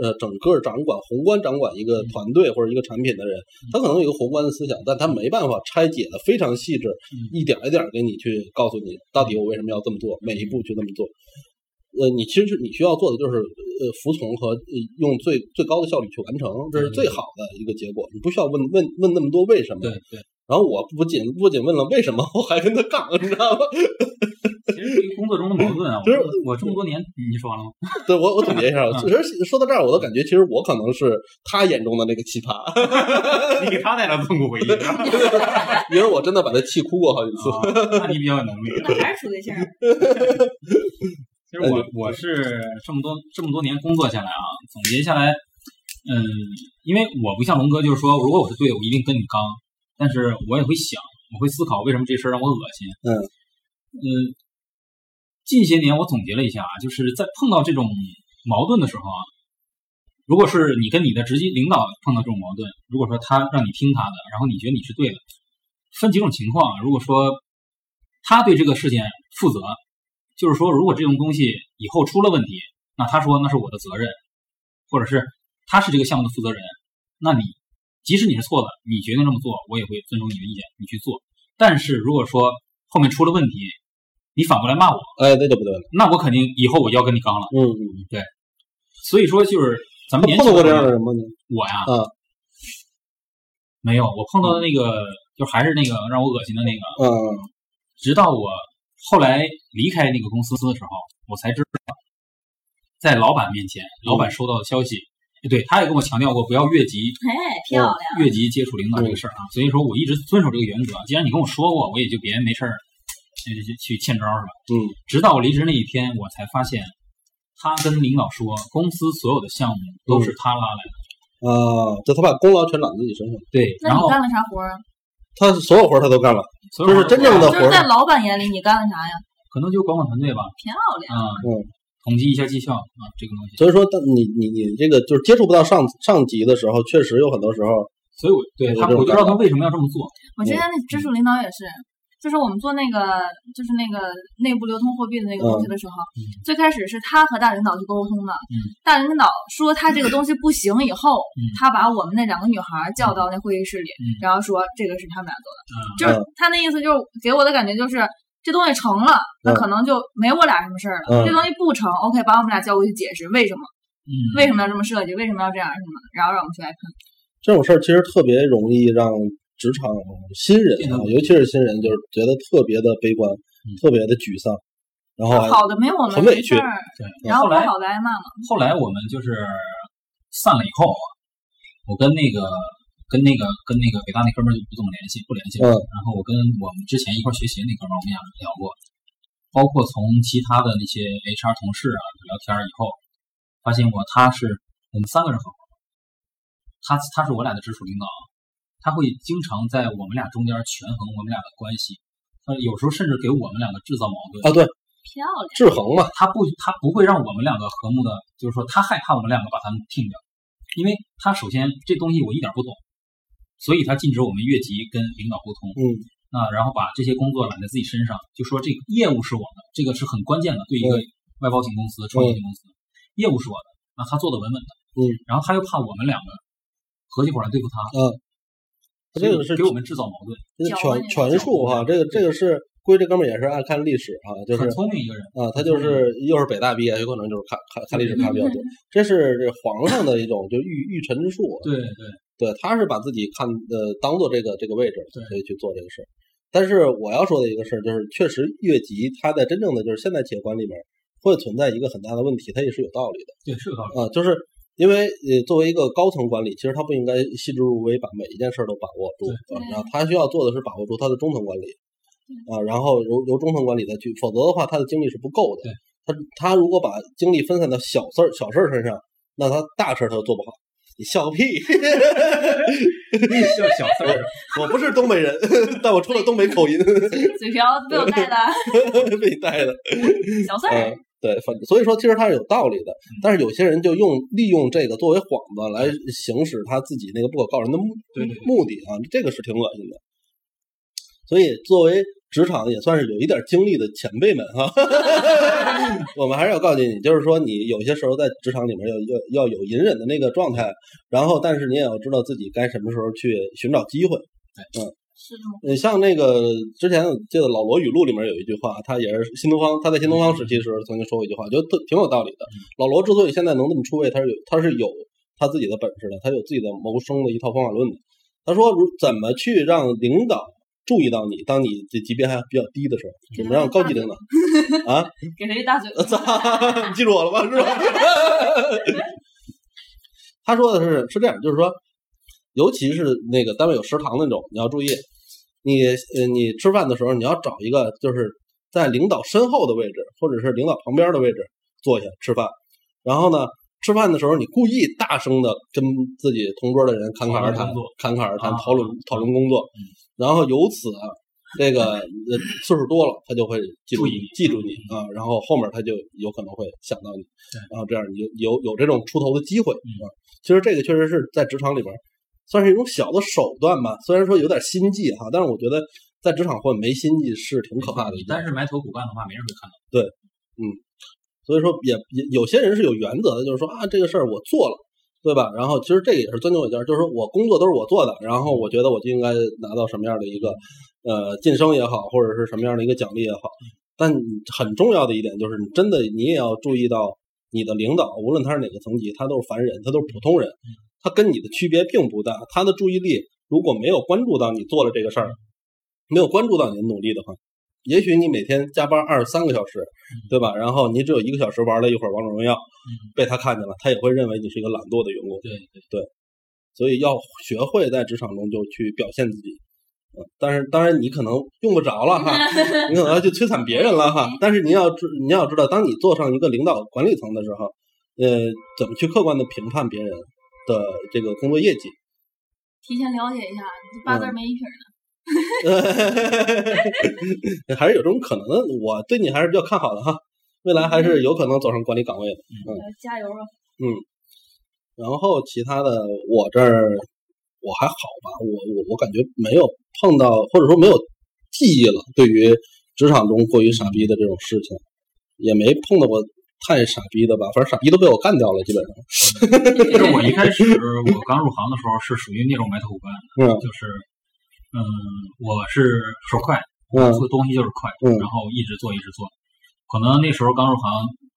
[SPEAKER 1] 呃整个掌管宏观掌管一个团队或者一个产品的人，他可能有一个宏观的思想，但他没办法拆解的非常细致，一点儿一点儿给你去告诉你到底我为什么要这么做，每一步去这么做。呃，你其实你需要做的就是呃服从和呃用最最高的效率去完成，这是最好的一个结果。你不需要问问问那么多为什么，
[SPEAKER 4] 对对。
[SPEAKER 1] 然后我不仅不仅问了为什么，我还跟他杠，你知道吗？
[SPEAKER 4] 其实对于工作中的矛盾啊，
[SPEAKER 1] 其实
[SPEAKER 4] 我我这么多年，你说完 了吗？
[SPEAKER 1] 对我我总结一下，
[SPEAKER 4] 嗯
[SPEAKER 1] 其实说到这儿，我都感觉其实我可能是他眼中的那个奇葩，
[SPEAKER 4] 你给他带来了痛苦回忆，是吧
[SPEAKER 1] 因为我真的把他气哭过好几次。
[SPEAKER 4] 啊那你比较有能力。
[SPEAKER 5] 那还是处对象。
[SPEAKER 4] 其
[SPEAKER 1] 哎
[SPEAKER 4] 实我我是这么多这么多年工作下来啊，总结下来，嗯，因为我不像龙哥，就是说，如果我是对的，我一定跟你刚，但是我也会想，我会思考为什么这事儿让我恶心。
[SPEAKER 1] 嗯
[SPEAKER 4] 嗯，近些年我总结了一下啊，就是在碰到这种矛盾的时候啊，如果是你跟你的直接领导碰到这种矛盾，如果说他让你听他的，然后你觉得你是对的，分几种情况啊。如果说他对这个事情负责，就是说如果这种东西以后出了问题，那他说那是我的责任，或者是他是这个项目的负责人，那你即使你是错的，你决定这么做，我也会尊重你的意见，你去做。但是如果说后面出了问题，你反过来骂我，
[SPEAKER 1] 哎，那就不对了。
[SPEAKER 4] 那我肯定以后我要跟你刚了。
[SPEAKER 1] 嗯，
[SPEAKER 4] 所以说就是咱们
[SPEAKER 1] 他
[SPEAKER 4] 年
[SPEAKER 1] 碰到
[SPEAKER 4] 轻
[SPEAKER 1] 过这
[SPEAKER 4] 人
[SPEAKER 1] 样的人吗？你
[SPEAKER 4] 我呀，
[SPEAKER 1] 嗯，
[SPEAKER 4] 没有，我碰到的那个、就还是那个让我恶心的那个，
[SPEAKER 1] 嗯，
[SPEAKER 4] 直到我后来离开那个公司的时候，我才知道，在老板面前，老板收到的消息，对，他也跟我强调过不要越级
[SPEAKER 5] 哎，漂亮。
[SPEAKER 4] 越级接触领导这个事儿啊，所以说我一直遵守这个原则。既然你跟我说过，我也就别没事儿呃去欠招是吧？
[SPEAKER 1] 嗯，
[SPEAKER 4] 直到我离职那一天，我才发现，他跟领导说，公司所有的项目都是他拉来的。
[SPEAKER 1] 啊，就他把功劳全揽自己身上，
[SPEAKER 4] 对，然
[SPEAKER 5] 那你
[SPEAKER 4] 后
[SPEAKER 5] 干了啥活儿啊？
[SPEAKER 1] 他所有活儿他都干了。
[SPEAKER 4] 所以我
[SPEAKER 1] 就是真正的
[SPEAKER 5] 就
[SPEAKER 1] 活
[SPEAKER 5] 是
[SPEAKER 1] 儿
[SPEAKER 5] 在老板眼里你干了啥呀？
[SPEAKER 4] 可能就管管团队吧，
[SPEAKER 5] 漂亮。
[SPEAKER 4] 啊，
[SPEAKER 1] 嗯
[SPEAKER 4] 统计一下绩效啊，这个东西。
[SPEAKER 1] 所以说，当你你你这个就是接触不到上上级的时候，确实有很多时候，
[SPEAKER 4] 所以我对他，
[SPEAKER 1] 我就
[SPEAKER 4] 我就知道他为什么要这么做。
[SPEAKER 5] 我之前
[SPEAKER 4] 嗯
[SPEAKER 5] 那直属领导也是，就是我们做那个就是那个内部流通货币的那个东西的时候，
[SPEAKER 4] 嗯
[SPEAKER 5] 最开始是他和大领导去沟通的，
[SPEAKER 4] 嗯
[SPEAKER 5] 大领导说他这个东西不行以后，
[SPEAKER 4] 嗯
[SPEAKER 5] 他把我们那两个女孩叫到那会议室里，
[SPEAKER 4] 嗯
[SPEAKER 5] 然后说这个是他们俩做的，
[SPEAKER 4] 嗯
[SPEAKER 5] 就是他那意思就是给我的感觉就是。这东西成了，那
[SPEAKER 1] 嗯
[SPEAKER 5] 可能就没我俩什么事儿了。
[SPEAKER 1] 嗯
[SPEAKER 5] 这东西不成，OK，把我们俩叫过去解释为什么，
[SPEAKER 4] 嗯，
[SPEAKER 5] 为什么要这么设计，为什么要这样什么，然后让我们去挨喷。
[SPEAKER 1] 这种事儿其实特别容易让职场新人
[SPEAKER 4] 这
[SPEAKER 1] 啊
[SPEAKER 4] 个，
[SPEAKER 1] 尤其是新人，就是觉得特别的悲观，
[SPEAKER 4] 嗯
[SPEAKER 1] 特别的沮丧，然后
[SPEAKER 5] 好的没我
[SPEAKER 1] 很
[SPEAKER 5] 们
[SPEAKER 1] 委
[SPEAKER 5] 没
[SPEAKER 1] 屈
[SPEAKER 5] 事儿，
[SPEAKER 4] 对，
[SPEAKER 5] 然
[SPEAKER 4] 嗯后
[SPEAKER 5] 后不
[SPEAKER 4] 来
[SPEAKER 5] 好的挨骂嘛。
[SPEAKER 4] 后来我们就是散了以后啊，我跟那个跟那个跟那个北大那哥们儿就不怎么联系，不联系了。
[SPEAKER 1] 嗯
[SPEAKER 4] 然后我跟我们之前一块儿学习的那哥们儿，我们俩聊过，包括从其他的那些 HR 同事啊聊天儿以后，发现我他是我们三个是很好的，他他是我俩的直属领导，他会经常在我们俩中间权衡我们俩的关系，呃，有时候甚至给我们两个制造矛盾
[SPEAKER 1] 啊，对，
[SPEAKER 5] 漂亮，
[SPEAKER 1] 制衡嘛，
[SPEAKER 4] 他不，他不会让我们两个和睦的，就是说他害怕我们两个把他们听掉，因为他首先这东西我一点不懂，所以他禁止我们越级跟领导沟通，
[SPEAKER 1] 嗯，
[SPEAKER 4] 那然后把这些工作揽在自己身上，就说这个业务是我的，这个是很关键的，对一个外包型公司、创业型公司，业务是我的，那他做的稳稳的，
[SPEAKER 1] 嗯，
[SPEAKER 4] 然后他又怕我们两个合起伙来对付他，
[SPEAKER 1] 嗯这个是
[SPEAKER 4] 所以给我们制造矛盾，
[SPEAKER 1] 这是
[SPEAKER 5] 搅和
[SPEAKER 1] 权
[SPEAKER 5] 你
[SPEAKER 1] 权术哈，这个这个是归这哥们儿也是爱看历史啊，就是
[SPEAKER 4] 很聪明一个人，
[SPEAKER 1] 啊，他就是又是北大毕业，有可能就是看看看历史看得比较 多，这是这皇上的一种就御御臣之术，啊
[SPEAKER 4] 对对，
[SPEAKER 1] 对，他是把自己看呃当做这个这个位置，
[SPEAKER 4] 对
[SPEAKER 1] 所以去做这个事儿。但是我要说的一个事儿就是，确实越级它在真正的就是现代企业管理里面会存在一个很大的问题，它也是有道理的。
[SPEAKER 4] 对是 有道理，
[SPEAKER 1] 啊，就是因为呃，作为一个高层管理，其实他不应该细致入微，把每一件事儿都把握住。啊
[SPEAKER 5] 对
[SPEAKER 1] 然后他需要做的是把握住他的中层管理，啊，然后由由中层管理再去，否则的话，他的精力是不够的
[SPEAKER 4] 对。
[SPEAKER 1] 他他如果把精力分散到小事儿小事儿身上，那他大事儿他都做不好。你笑个屁！
[SPEAKER 8] 小小事 儿，
[SPEAKER 1] 我不是东北人，但我出了东北口音
[SPEAKER 5] 嘴瓢被我带的
[SPEAKER 1] 被带的。
[SPEAKER 5] 小四
[SPEAKER 1] 嗯
[SPEAKER 5] 儿，，
[SPEAKER 1] 对，反所以说其实它是有道理的，
[SPEAKER 4] 嗯
[SPEAKER 1] 但是有些人就用利用这个作为幌子来行使他自己那个不可告人的目
[SPEAKER 4] 对对对
[SPEAKER 1] 目的啊，这个是挺恶心的。所以作为职场也算是有一点经历的前辈们 哈，我们还是要告诫你，就是说你有些时候在职场里面要要要有隐忍的那个状态，然后但是你也要知道自己该什么时候去寻找机会。
[SPEAKER 5] 是这么
[SPEAKER 1] 呃，像那个之前我记得《老罗语录》里面有一句话，他也是新东方，他在新东方时期时候曾经说过一句话，就特挺有道理的。老罗之所以现在能这么出位，他是有他是有他自己的本事的，他有自己的谋生的一套方法论的。他说如怎么去让领导注意到你，当你这级别还比较低的时候，怎么让高级领导啊？
[SPEAKER 5] 给他一大嘴巴。
[SPEAKER 1] 操，你记住我了吧？是吧？ 他说的是是这样，就是说，尤其是那个单位有食堂那种，你要注意，你呃你吃饭的时候，你要找一个就是在领导身后的位置，或者是领导旁边的位置坐下吃饭。然后呢，吃饭的时候你故意大声的跟自己同桌的人侃侃而谈
[SPEAKER 4] 讨论工作，
[SPEAKER 1] 侃侃而谈，
[SPEAKER 4] 啊嗯
[SPEAKER 1] 讨论讨论工作，然后由此啊，这个呃次数多了，他就会记住
[SPEAKER 4] 注
[SPEAKER 1] 你
[SPEAKER 4] 意你，
[SPEAKER 1] 记住你啊，然后后面他就有可能会想到你，然后这样你就有有这种出头的机会
[SPEAKER 4] 嗯
[SPEAKER 1] 啊。其实这个确实是在职场里边算是一种小的手段吧，虽然说有点心计哈，但是我觉得在职场混没心计是挺可怕的一
[SPEAKER 4] 你
[SPEAKER 1] 件
[SPEAKER 4] 单
[SPEAKER 1] 事。
[SPEAKER 4] 是埋头苦干的话，没人会看到。
[SPEAKER 1] 所以说也也有些人是有原则的，就是说啊这个事儿我做了，对吧？然后其实这个也是钻牛角尖儿，就是说我工作都是我做的，然后我觉得我就应该拿到什么样的一个呃晋升也好，或者是什么样的一个奖励也好。但很重要的一点就是，你真的你也要注意到你的领导，无论他是哪个层级，他都是凡人，他都是普通人，他跟你的区别并不大。他的注意力如果没有关注到你做了这个事儿，没有关注到你的努力的话，也许你每天加班二十三个小时，对吧？然后你只有一个小时玩了一会儿王者荣耀，被他看见了，他也会认为你是一个懒惰的员工。
[SPEAKER 4] 嗯对对
[SPEAKER 1] 所以要学会在职场中就去表现自己。嗯，但是当然你可能用不着 了哈，你可能要去摧残别人了哈。但是你要知你要知道，当你坐上一个领导管理层的时候，呃，怎么去客观的评判别人的这个工作业绩？
[SPEAKER 5] 提前了解一下，你这八字
[SPEAKER 1] 嗯
[SPEAKER 5] 儿没一撇儿呢。
[SPEAKER 1] 还是有这种可能的。我对你还是比较看好的哈，未来还
[SPEAKER 4] 嗯
[SPEAKER 1] 是有可能走上管理岗位的。
[SPEAKER 5] 加油啊 吧！
[SPEAKER 1] 然后其他的我这儿我还好吧，我我我感觉没有碰到或者说没有记忆了，对于职场中过于傻逼的这种事情，也没碰到过太傻逼的吧，反正傻逼都被我干掉了，基本上。
[SPEAKER 4] 就是我一 开始我刚入行的时候是属于那种埋头苦干，
[SPEAKER 1] 嗯
[SPEAKER 4] 就是嗯，我是手快，
[SPEAKER 1] 嗯
[SPEAKER 4] 做东西就是快，
[SPEAKER 1] 嗯
[SPEAKER 4] 然后一直做一直做。可能那时候刚入行，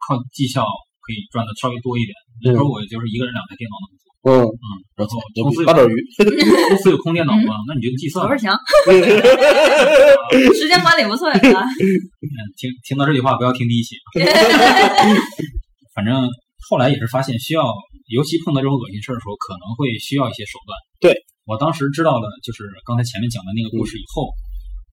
[SPEAKER 4] 靠绩效可以赚的稍微多一点。那时候我就是一个人两台电脑那么做，
[SPEAKER 1] 嗯，
[SPEAKER 4] 然 后
[SPEAKER 1] 牛
[SPEAKER 4] 公
[SPEAKER 1] 逼，
[SPEAKER 4] 司有
[SPEAKER 1] 八爪鱼，
[SPEAKER 4] 公司有空电脑嘛，那你就计算
[SPEAKER 5] 罗
[SPEAKER 4] 吧。
[SPEAKER 5] 志祥，时间管理不错啊呀。
[SPEAKER 4] 嗯听听到这句话，不要听第一期。啊 反正后来也是发现需要，尤其碰到这种恶心事儿的时候，可能会需要一些手段。
[SPEAKER 1] 对
[SPEAKER 4] 我当时知道的就是刚才前面讲的那个故事以后，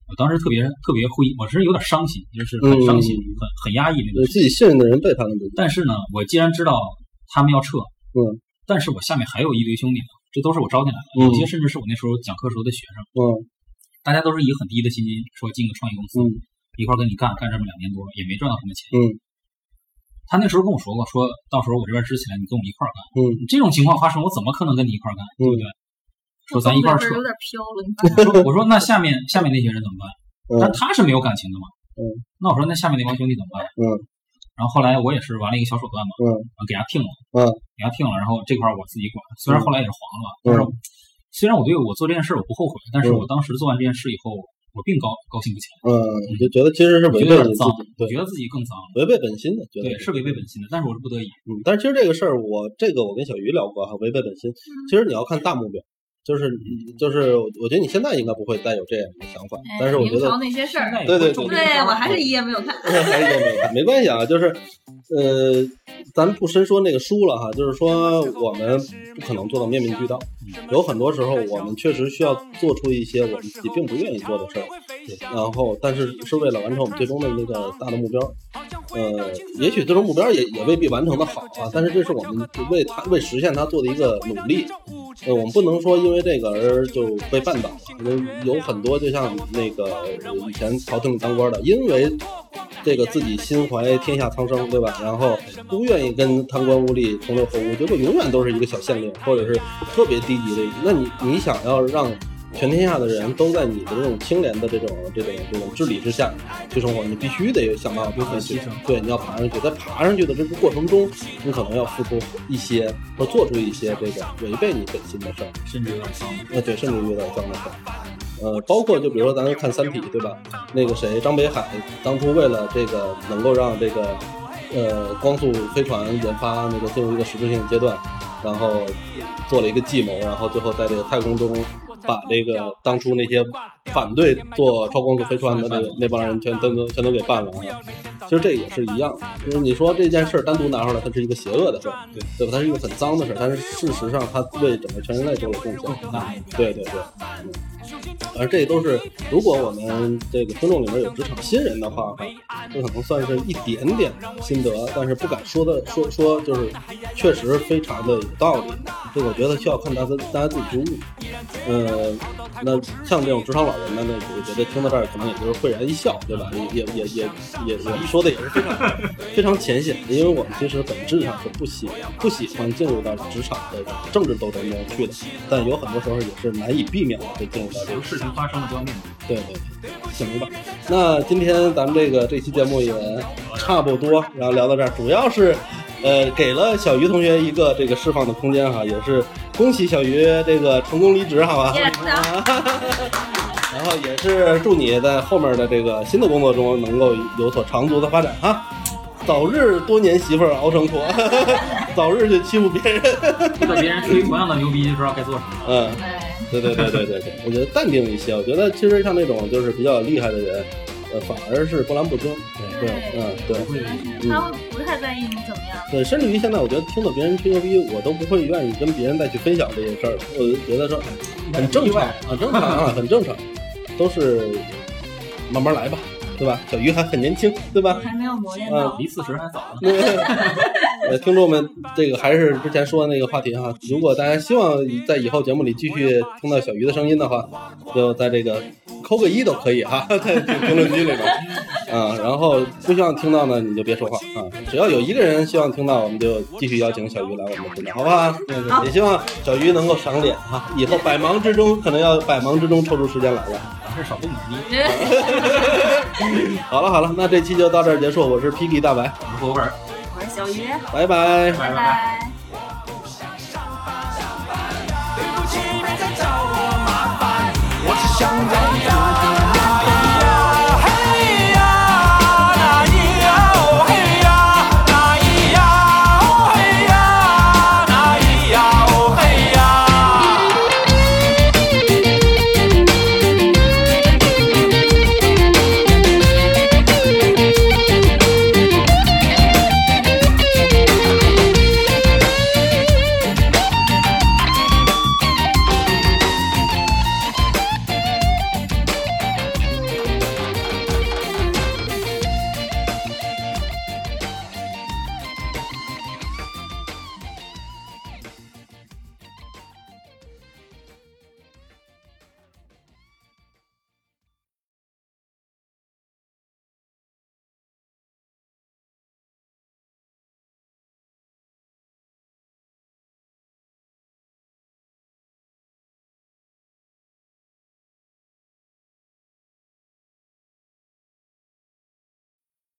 [SPEAKER 4] 我当时特别特别灰，我是有点伤心，就是很伤心，
[SPEAKER 1] 嗯
[SPEAKER 4] 很很压抑那
[SPEAKER 1] 呃
[SPEAKER 4] 个。
[SPEAKER 1] 自己信任的人背叛了自己，
[SPEAKER 4] 但是呢，我既然知道他们要撤，
[SPEAKER 1] 嗯，
[SPEAKER 4] 但是我下面还有一堆兄弟呢，这都是我招进来的，有些甚至是我那时候讲课时候的学生，
[SPEAKER 1] 嗯，
[SPEAKER 4] 大家都是以很低的薪金说进个创业公司，
[SPEAKER 1] 嗯
[SPEAKER 4] 一块儿跟你干，干这么两年多也没赚到什么钱，
[SPEAKER 1] 嗯。
[SPEAKER 4] 他那时候跟我说过，说到时候我这边支起来，你跟我一块儿干。
[SPEAKER 1] 嗯，
[SPEAKER 4] 这种情况发生，我怎么可能跟你一块儿干，对不对？说咱一块儿撤
[SPEAKER 5] 有，点飘了，你发现
[SPEAKER 4] 说我说那下面下面那些人怎么办？
[SPEAKER 1] 嗯
[SPEAKER 4] 但他是没有感情的嘛。
[SPEAKER 1] 嗯。
[SPEAKER 4] 那我说那下面那帮兄弟怎么办？
[SPEAKER 1] 嗯。
[SPEAKER 4] 然后后来我也是玩了一个小手段嘛，
[SPEAKER 1] 嗯
[SPEAKER 4] 我给他聘了，
[SPEAKER 1] 嗯，
[SPEAKER 4] 给他聘了，然后这块儿我自己管。虽然后来也是黄了，但是虽然我对我做这件事我不后悔，但是
[SPEAKER 1] 嗯
[SPEAKER 4] 我当时做完这件事以后，我并高高兴不起来，
[SPEAKER 1] 嗯，你就觉得其实是
[SPEAKER 4] 我
[SPEAKER 1] 违
[SPEAKER 4] 觉
[SPEAKER 1] 背了
[SPEAKER 4] 得有点
[SPEAKER 1] 你自
[SPEAKER 4] 脏，
[SPEAKER 1] 己，
[SPEAKER 4] 我
[SPEAKER 1] 对，
[SPEAKER 4] 觉得自己更脏了。
[SPEAKER 1] 违背本心的，觉得
[SPEAKER 4] 对，是违背本心的，但是我是不得已。
[SPEAKER 1] 嗯，但是其实这个事儿，我这个我跟小鱼聊过哈，违背本心。其实你要看大目标，就是你就是，我觉得你现在应该不会再有这样的想法，但是我觉
[SPEAKER 5] 哎明
[SPEAKER 1] 得
[SPEAKER 5] 朝那些事儿，
[SPEAKER 4] 现在也
[SPEAKER 1] 对
[SPEAKER 4] 不
[SPEAKER 1] 对
[SPEAKER 4] 重
[SPEAKER 1] 对
[SPEAKER 4] 这个啊
[SPEAKER 5] 对
[SPEAKER 4] 事儿
[SPEAKER 5] 我还是一页没有看。
[SPEAKER 1] 还是没有没关系啊，就是呃，咱不深说那个书了哈，就是说我们不可能做到面面俱到，有很多时候我们确实需要做出一些我们自己并不愿意做的事儿，然后但是是为了完成我们最终的那个大的目标，呃，也许最终目标也也未必完成的好啊，但是这是我们为它为实现它做的一个努力。呃，我们不能说因为这个而就被绊倒，有有很多就像那个以前朝廷里当官的，因为这个自己心怀天下苍生，对吧？然后不愿意跟贪官污吏同流合污，结果永远都是一个小县令，或者是特别低级的一个。那你你想要让全天下的人都在你的这种清廉的这种这种这种治理之下去生活，你必须得想办法爬上去。对，你要爬上去，在爬上去的这个过程中，你可能要付出一些或做出一些这个违背你本心的事儿。
[SPEAKER 4] 甚至有点脏。
[SPEAKER 1] 呃，对，甚至有点脏的事儿。呃，包括就比如说咱们看《三体》，对吧？那个谁，张北海当初为了这个能够让这个呃光速飞船研发那个进入一个实质性的阶段，然后做了一个计谋，然后最后在这个太空中把这个当初那些反对做超光速飞船的那个那帮人全都全都给办了啊。其实这也是一样，就是你说这件事儿单独拿出来，它是一个邪恶的事儿，对对吧？它是一个很脏的事儿，但是事实上它为整个全人类做了贡献。对对对，嗯，而这都是如果我们这个听众里面有职场新人的话，这可能算是一点点心得，但是不敢说的说说就是确实非常的有道理。这个我觉得需要看大家大家自己去悟。呃，那像这种职场老人呢，那我觉得听到这儿可能也就是会然一笑，对吧？也也也也也也说的也是非常 非常浅显的，因为我们其实本质上是不喜不喜欢进入到职场的政治斗争中去的，但有很多时候也是难以避免的会进入到这个
[SPEAKER 4] 事情发生了就要面对。
[SPEAKER 1] 对对对，行吧。那今天咱们这个这期节目也差不多，然后聊到这儿，主要是。呃，给了小鱼同学一个这个释放的空间哈，也是恭喜小鱼这个成功离职，好吧？
[SPEAKER 5] 耶鼓掌
[SPEAKER 4] 啊
[SPEAKER 1] 然后也是祝你在后面的这个新的工作中能够有所长足的发展哈，早日多年媳妇儿熬成婆， 早日去欺负别人。
[SPEAKER 4] 遇到别人吹同样的牛逼，就知道该做什么。
[SPEAKER 1] 嗯，
[SPEAKER 5] 哎，
[SPEAKER 1] 对对对对对对，我觉得淡定一些。我觉得其实像那种就是比较厉害的人，呃，反而是波澜不惊。对，嗯，啊对。
[SPEAKER 5] 他会不太在意你怎么样。
[SPEAKER 1] 对，甚至于现在，我觉得听到别人吹牛逼，我都不会愿意跟别人再去分享这件事儿了。我就觉得说，哎很正常，很正常啊，很正常，都是慢慢来吧，对吧？小鱼还很年轻，对吧？
[SPEAKER 5] 还没有磨
[SPEAKER 1] 啊
[SPEAKER 5] 练到。
[SPEAKER 4] 离四十还早呢。
[SPEAKER 1] 呃，听众们，这个还是之前说的那个话题哈。如果大家希望在以后节目里继续听到小鱼的声音的话，就在这个扣个一都可以哈，在评论区里面啊。然后不希望听到呢，你就别说话啊。只要有一个人希望听到，我们就继续邀请小鱼来我们的频道，好不好？对对。也希望小鱼能够赏脸哈、以后百忙之中可能要百忙之中抽出时间来了。
[SPEAKER 4] 这少动点逼。
[SPEAKER 1] 好了好了，那这期就到这儿结束。我是 PD 大白，
[SPEAKER 4] 我是博本，
[SPEAKER 5] 我是小鱼，
[SPEAKER 1] 拜拜。
[SPEAKER 5] 拜拜。
[SPEAKER 2] 对不起，别再找我麻烦，我只想让